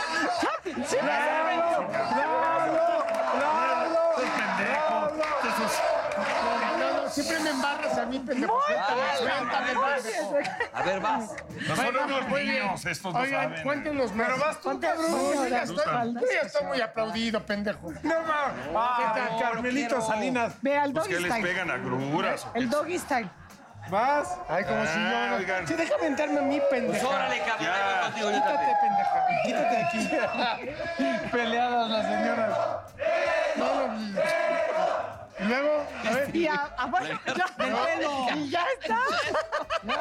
N: Sí,
B: ¡Bravo! ¡Bravo! ¡Bravo! pendejo! Este es un-
E: No, no, siempre me embarras a mí, pendejo.
N: Muy
E: Suéltame,
N: bien.
E: suéltame,
N: Muy
E: pendejo.
N: bien.
A: A ver, vas.
B: No son unos niños, estos no
E: Oigan,
B: saben.
E: cuéntenos más.
C: Pero vas tú,
E: Ponte
C: cabrón.
E: bruto, yo ya
C: Tú
E: estoy-
N: también.
E: yo ya estoy muy aplaudido, pendejo.
C: No mames. Ah,
N: no,
C: Carmelito
N: quiero.
C: Salinas.
N: Ve al
B: Pues
N: doggy
B: que les
N: style.
B: pegan agruras. o qué?
N: El doggy style.
C: Vas.
E: Ay, como si yo
B: Ah,
E: no.
B: oigan. Ah.
E: Sí, déjame entrarme a mí,
A: Pues
E: pendejo.
A: órale, cabrón.
B: Ya.
A: ahí voy contigo, yo
C: Quítate,
A: también.
C: pendeja. Quítate de aquí. Peleadas las señoras.
E: No, no, y- y luego, a ver.
N: Y a, a- bueno, ya, y ya está.
C: No,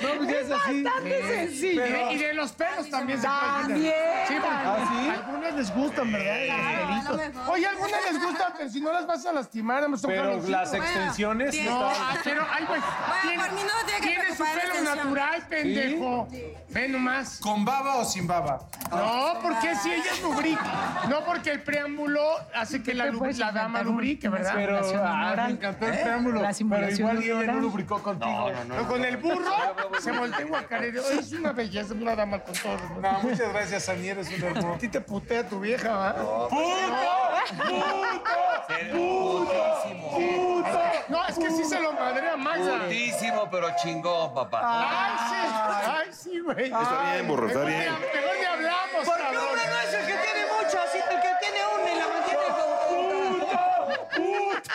C: pues ya es así.
N: Bastante sencillo.
E: Y de- y de los pelos también se pueden
N: También.
E: Sí, porque
C: ¿Ah, sí?
E: algunas les gustan, ¿verdad? Y los
O: Claro, a lo
E: pelitos.
O: mejor.
E: Oye, algunas les gustan, pero si no las vas a lastimar, no son
C: Pero
E: jaloncitos.
C: las extensiones
O: Bueno,
C: no
E: No,
C: estaban-
E: ah, pero, ay, güey.
O: Bueno, por mí no tiene que
E: Tiene su
O: preocupar la
E: pelo
O: atención.
E: natural, pendejo. Ve nomás.
C: ¿Con baba o sin baba?
E: No, porque si ella lubrica. No porque el preámbulo hace que la,
N: Te
E: lub-
N: puedes
E: la dama
N: inventar un-
E: lubrique, ¿verdad?
N: una
C: Pero
N: simulación
C: ah, me
N: oral.
C: encantó el
N: ¿Eh?
C: preámbulo.
N: La
C: Pero
N: simulación
C: igual ella no
N: oral.
C: lubricó contigo.
E: Pero con el burro se voltea guacarero. Es una belleza, una dama con todo. ¿no?
C: No, muchas gracias, Ani, eres un hermoso.
E: A ti te putea tu vieja, ¿va? No, es que sí se lo madre a Maxa.
A: Putísimo, pero chingón, papá.
E: Ay, sí. Ay, sí, güey.
Q: Está bien, burro, está
E: Mejor
Q: bien.
E: ni- Mejor ni hablamos,
N: Porque
E: cabrón.
N: hombre no es el que tiene mucho, así el que tiene uno y la mantiene con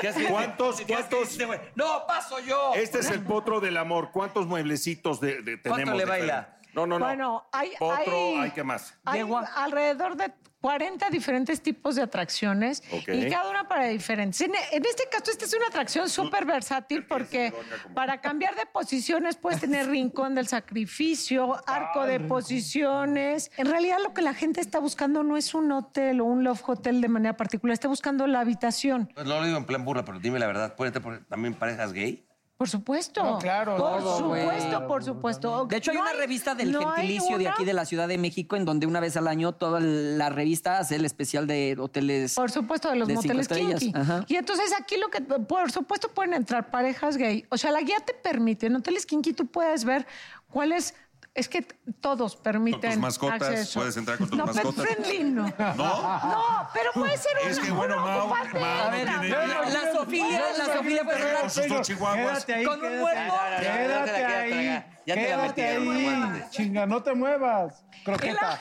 A: ¿Qué has visto?
R: ¿Cuántos,
A: ¿Qué has
R: cuántos?
A: visto, Este güey? No, paso yo.
R: Este es el potro del amor. ¿Cuántos mueblecitos de, de- tenemos?
A: le
R: de-
A: baila?
R: No, no, no.
N: Bueno, hay-
R: Potro,
N: hay-
R: hay... que más.
N: Hay
D: Llegó a-
N: alrededor de 40 diferentes tipos de atracciones
R: Ok.
N: y cada una para diferentes. En, en este caso, esta es una atracción súper versátil porque para cambiar de posiciones puedes tener rincón del sacrificio, arco de posiciones. En realidad lo que la gente está buscando no es un hotel o un love hotel de manera particular, está buscando la habitación.
A: Pues no lo digo en plan burla, pero dime la verdad. ¿Puede estar por- también parejas gay?
N: Por supuesto.
E: No, claro,
N: Por
E: todo,
D: güey.
N: supuesto, por supuesto.
D: De hecho, hay
N: No
D: una revista del
N: no hay
D: gentilicio de
N: una.
D: aquí de la Ciudad de México en donde una vez al año toda la revista hace el especial de hoteles.
N: Por supuesto, de los
D: De cinco
N: moteles
D: estrellas,
N: kinky.
D: ajá.
N: Y entonces aquí lo que, por supuesto, pueden entrar parejas gay. O sea, la guía te permite. En hoteles kinky tú puedes ver cuáles. Es que t- todos permiten.
Q: Con tus mascotas,
N: acceso.
Q: puedes entrar con tus
N: no, pet
Q: mascotas.
N: friendly no. No, pero puede ser un.
Q: Es que, bueno,
N: un
Q: Mau,
N: ocupante.
Q: Mau
D: A ver,
Q: No tiene-
D: la, la Sofía, la Sofía fue una-
Q: Con sus dos chihuahuas.
C: Quédate ahí.
D: Con un
C: quédate
D: muerto.
C: ahí.
A: No, no, no, no te la
C: Quédate
A: quieras
C: ahí.
A: tragar. Ya te la
C: Quédate
A: metieron,
C: ahí.
A: aguántate.
C: Chinga, no te muevas. Croqueta.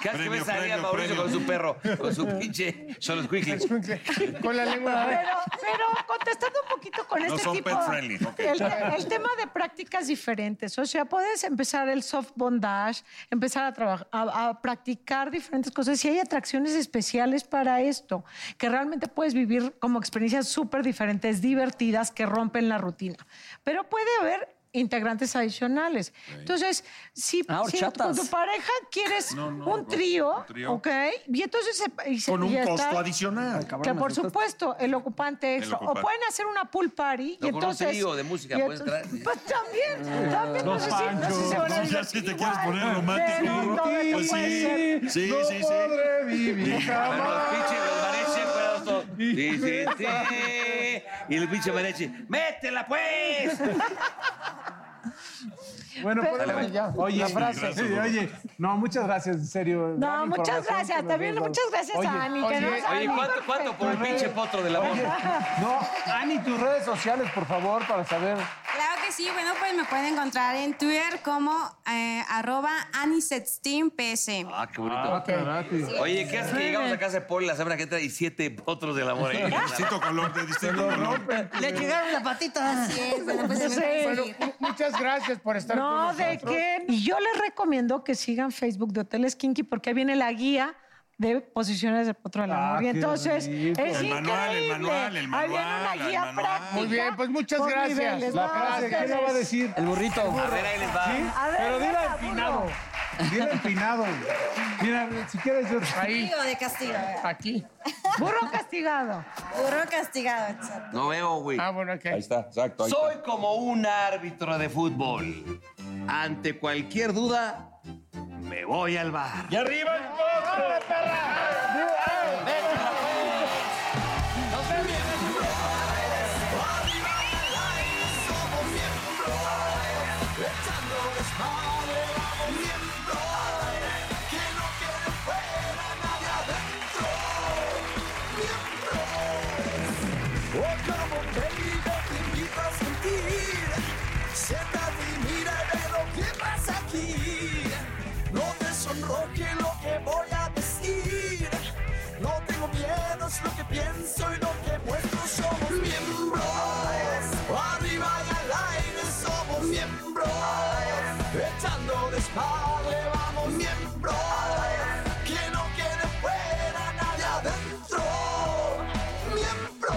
A: ¿Qué haces que
Q: Premio,
A: me salía
Q: premio,
A: Mauricio
Q: premio.
A: con su perro? Con su pinche. Solo squiggles.
E: Con la lengua.
N: Pero, pero contestando un poquito con
Q: No
N: este
Q: son
N: tipo.
Q: pet friendly, ok.
N: el, te- el tema de prácticas diferentes. O sea, puedes empezar el soft bondage, empezar a, traba- a, a practicar diferentes cosas. Y hay atracciones especiales para esto, que realmente puedes vivir como experiencias súper diferentes, divertidas, que rompen la rutina. Pero puede haber integrantes adicionales. Entonces, si,
D: Ah,
N: si con
D: horchatas.
N: tu pareja quieres un trío, ¿ok? Y entonces... se- y se-
R: Con
N: y
R: un
N: está-
R: costo adicional.
N: que por supuesto, el ocupante extra.
Q: ocupante.
N: O pueden hacer una pool party.
A: No, con
N: y
A: un
N: entonces,
A: trío de música
N: y
A: puedes
N: entonces-
A: entrar.
N: Pues
E: Ah.
N: también, también. No
C: Los
N: sé si, no sé si se van a
Q: No, ya
N: divertir
Q: si te
N: igual,
Q: quieres poner romántico,
N: pero
Q: burro,
N: no, no
Q: pues
N: puede
Q: sí.
N: ser.
Q: Sí, sí,
C: no
Q: sí.
C: podré vivir
A: Pero los
C: jamás.
A: pinches, los mariachis fuera los dos. Sí, sí, sí. Y el pinche mariachi, ¡métela pues!
C: Bueno,
N: Pero-
C: pues ya. Oye,
E: La
C: frase.
Q: gracias,
C: sí,
Q: burro.
C: oye, no, muchas gracias, en serio.
N: No,
C: Gran
N: muchas
C: información que
N: gracias.
C: nos
N: También
C: has dado.
N: muchas gracias
C: Oye,
N: a Ani. que
E: oye,
N: nos-
A: Oye,
N: Ani,
A: ¿cuánto, cuánto por el pinche potro del amor?
C: Oye, no, Ani, tus redes sociales, por favor, para saber.
O: Claro que sí, bueno, pues me pueden encontrar en Twitter como eh, arroba anisetsteen PS.
A: Ah, qué bonito.
C: Karate.
A: Oye, ¿qué haces que llegamos acá se pone la semana que entra y siete potros del amor? ahí?
Q: Distinto color, de distinto color.
D: Le llegaron las patitas.
O: Así es, bueno, pues se me pueden
E: Bueno,
O: seguir.
E: muchas gracias por estar con
N: No,
E: nosotros.
N: ¿de qué? Y yo les recomiendo que sigan Facebook de Hoteles Kinky porque ahí viene la guía de posiciones del potro del amor. y
E: Ah, qué
N: entonces
E: rico.
N: es
E: El manual, el
N: increíble.
E: manual, el
N: Ahí viene
E: manual,
N: una
E: el
N: guía
E: manual.
N: práctica
E: Muy bien, pues muchas
N: por
E: gracias.
N: niveles.
E: La
N: No,
E: frase,
N: ustedes-
E: ¿quién la va a decir?
S: El burrito.
E: A ver,
A: ahí les va.
C: ¿Sí?
N: A ver,
C: Pero dile
N: venga,
C: empinado.
N: burro.
C: Dile empinado. Mira, si quieres yo...
O: Castigo de castigo.
E: Aquí.
N: Burro castigado.
O: Burro castigado, exacto.
A: No veo, güey.
E: Ah, bueno, ok.
T: Ahí está, exacto. ahí
A: Soy como un árbitro de fútbol. Ante cualquier duda, me voy al bar.
U: ¡Y arriba el
C: ¡Hombre, perra!
B: Oh, como querido te invito a sentir. Siéntate y mira de lo que pasa aquí. No te sonroje lo que voy a decir. No tengo miedo, es lo que pienso y lo que muestro. Somos miembros. Arriba y al aire somos miembros. Echando desmadre vamos miembros. Que no quede fuera nadie adentro. Miembros.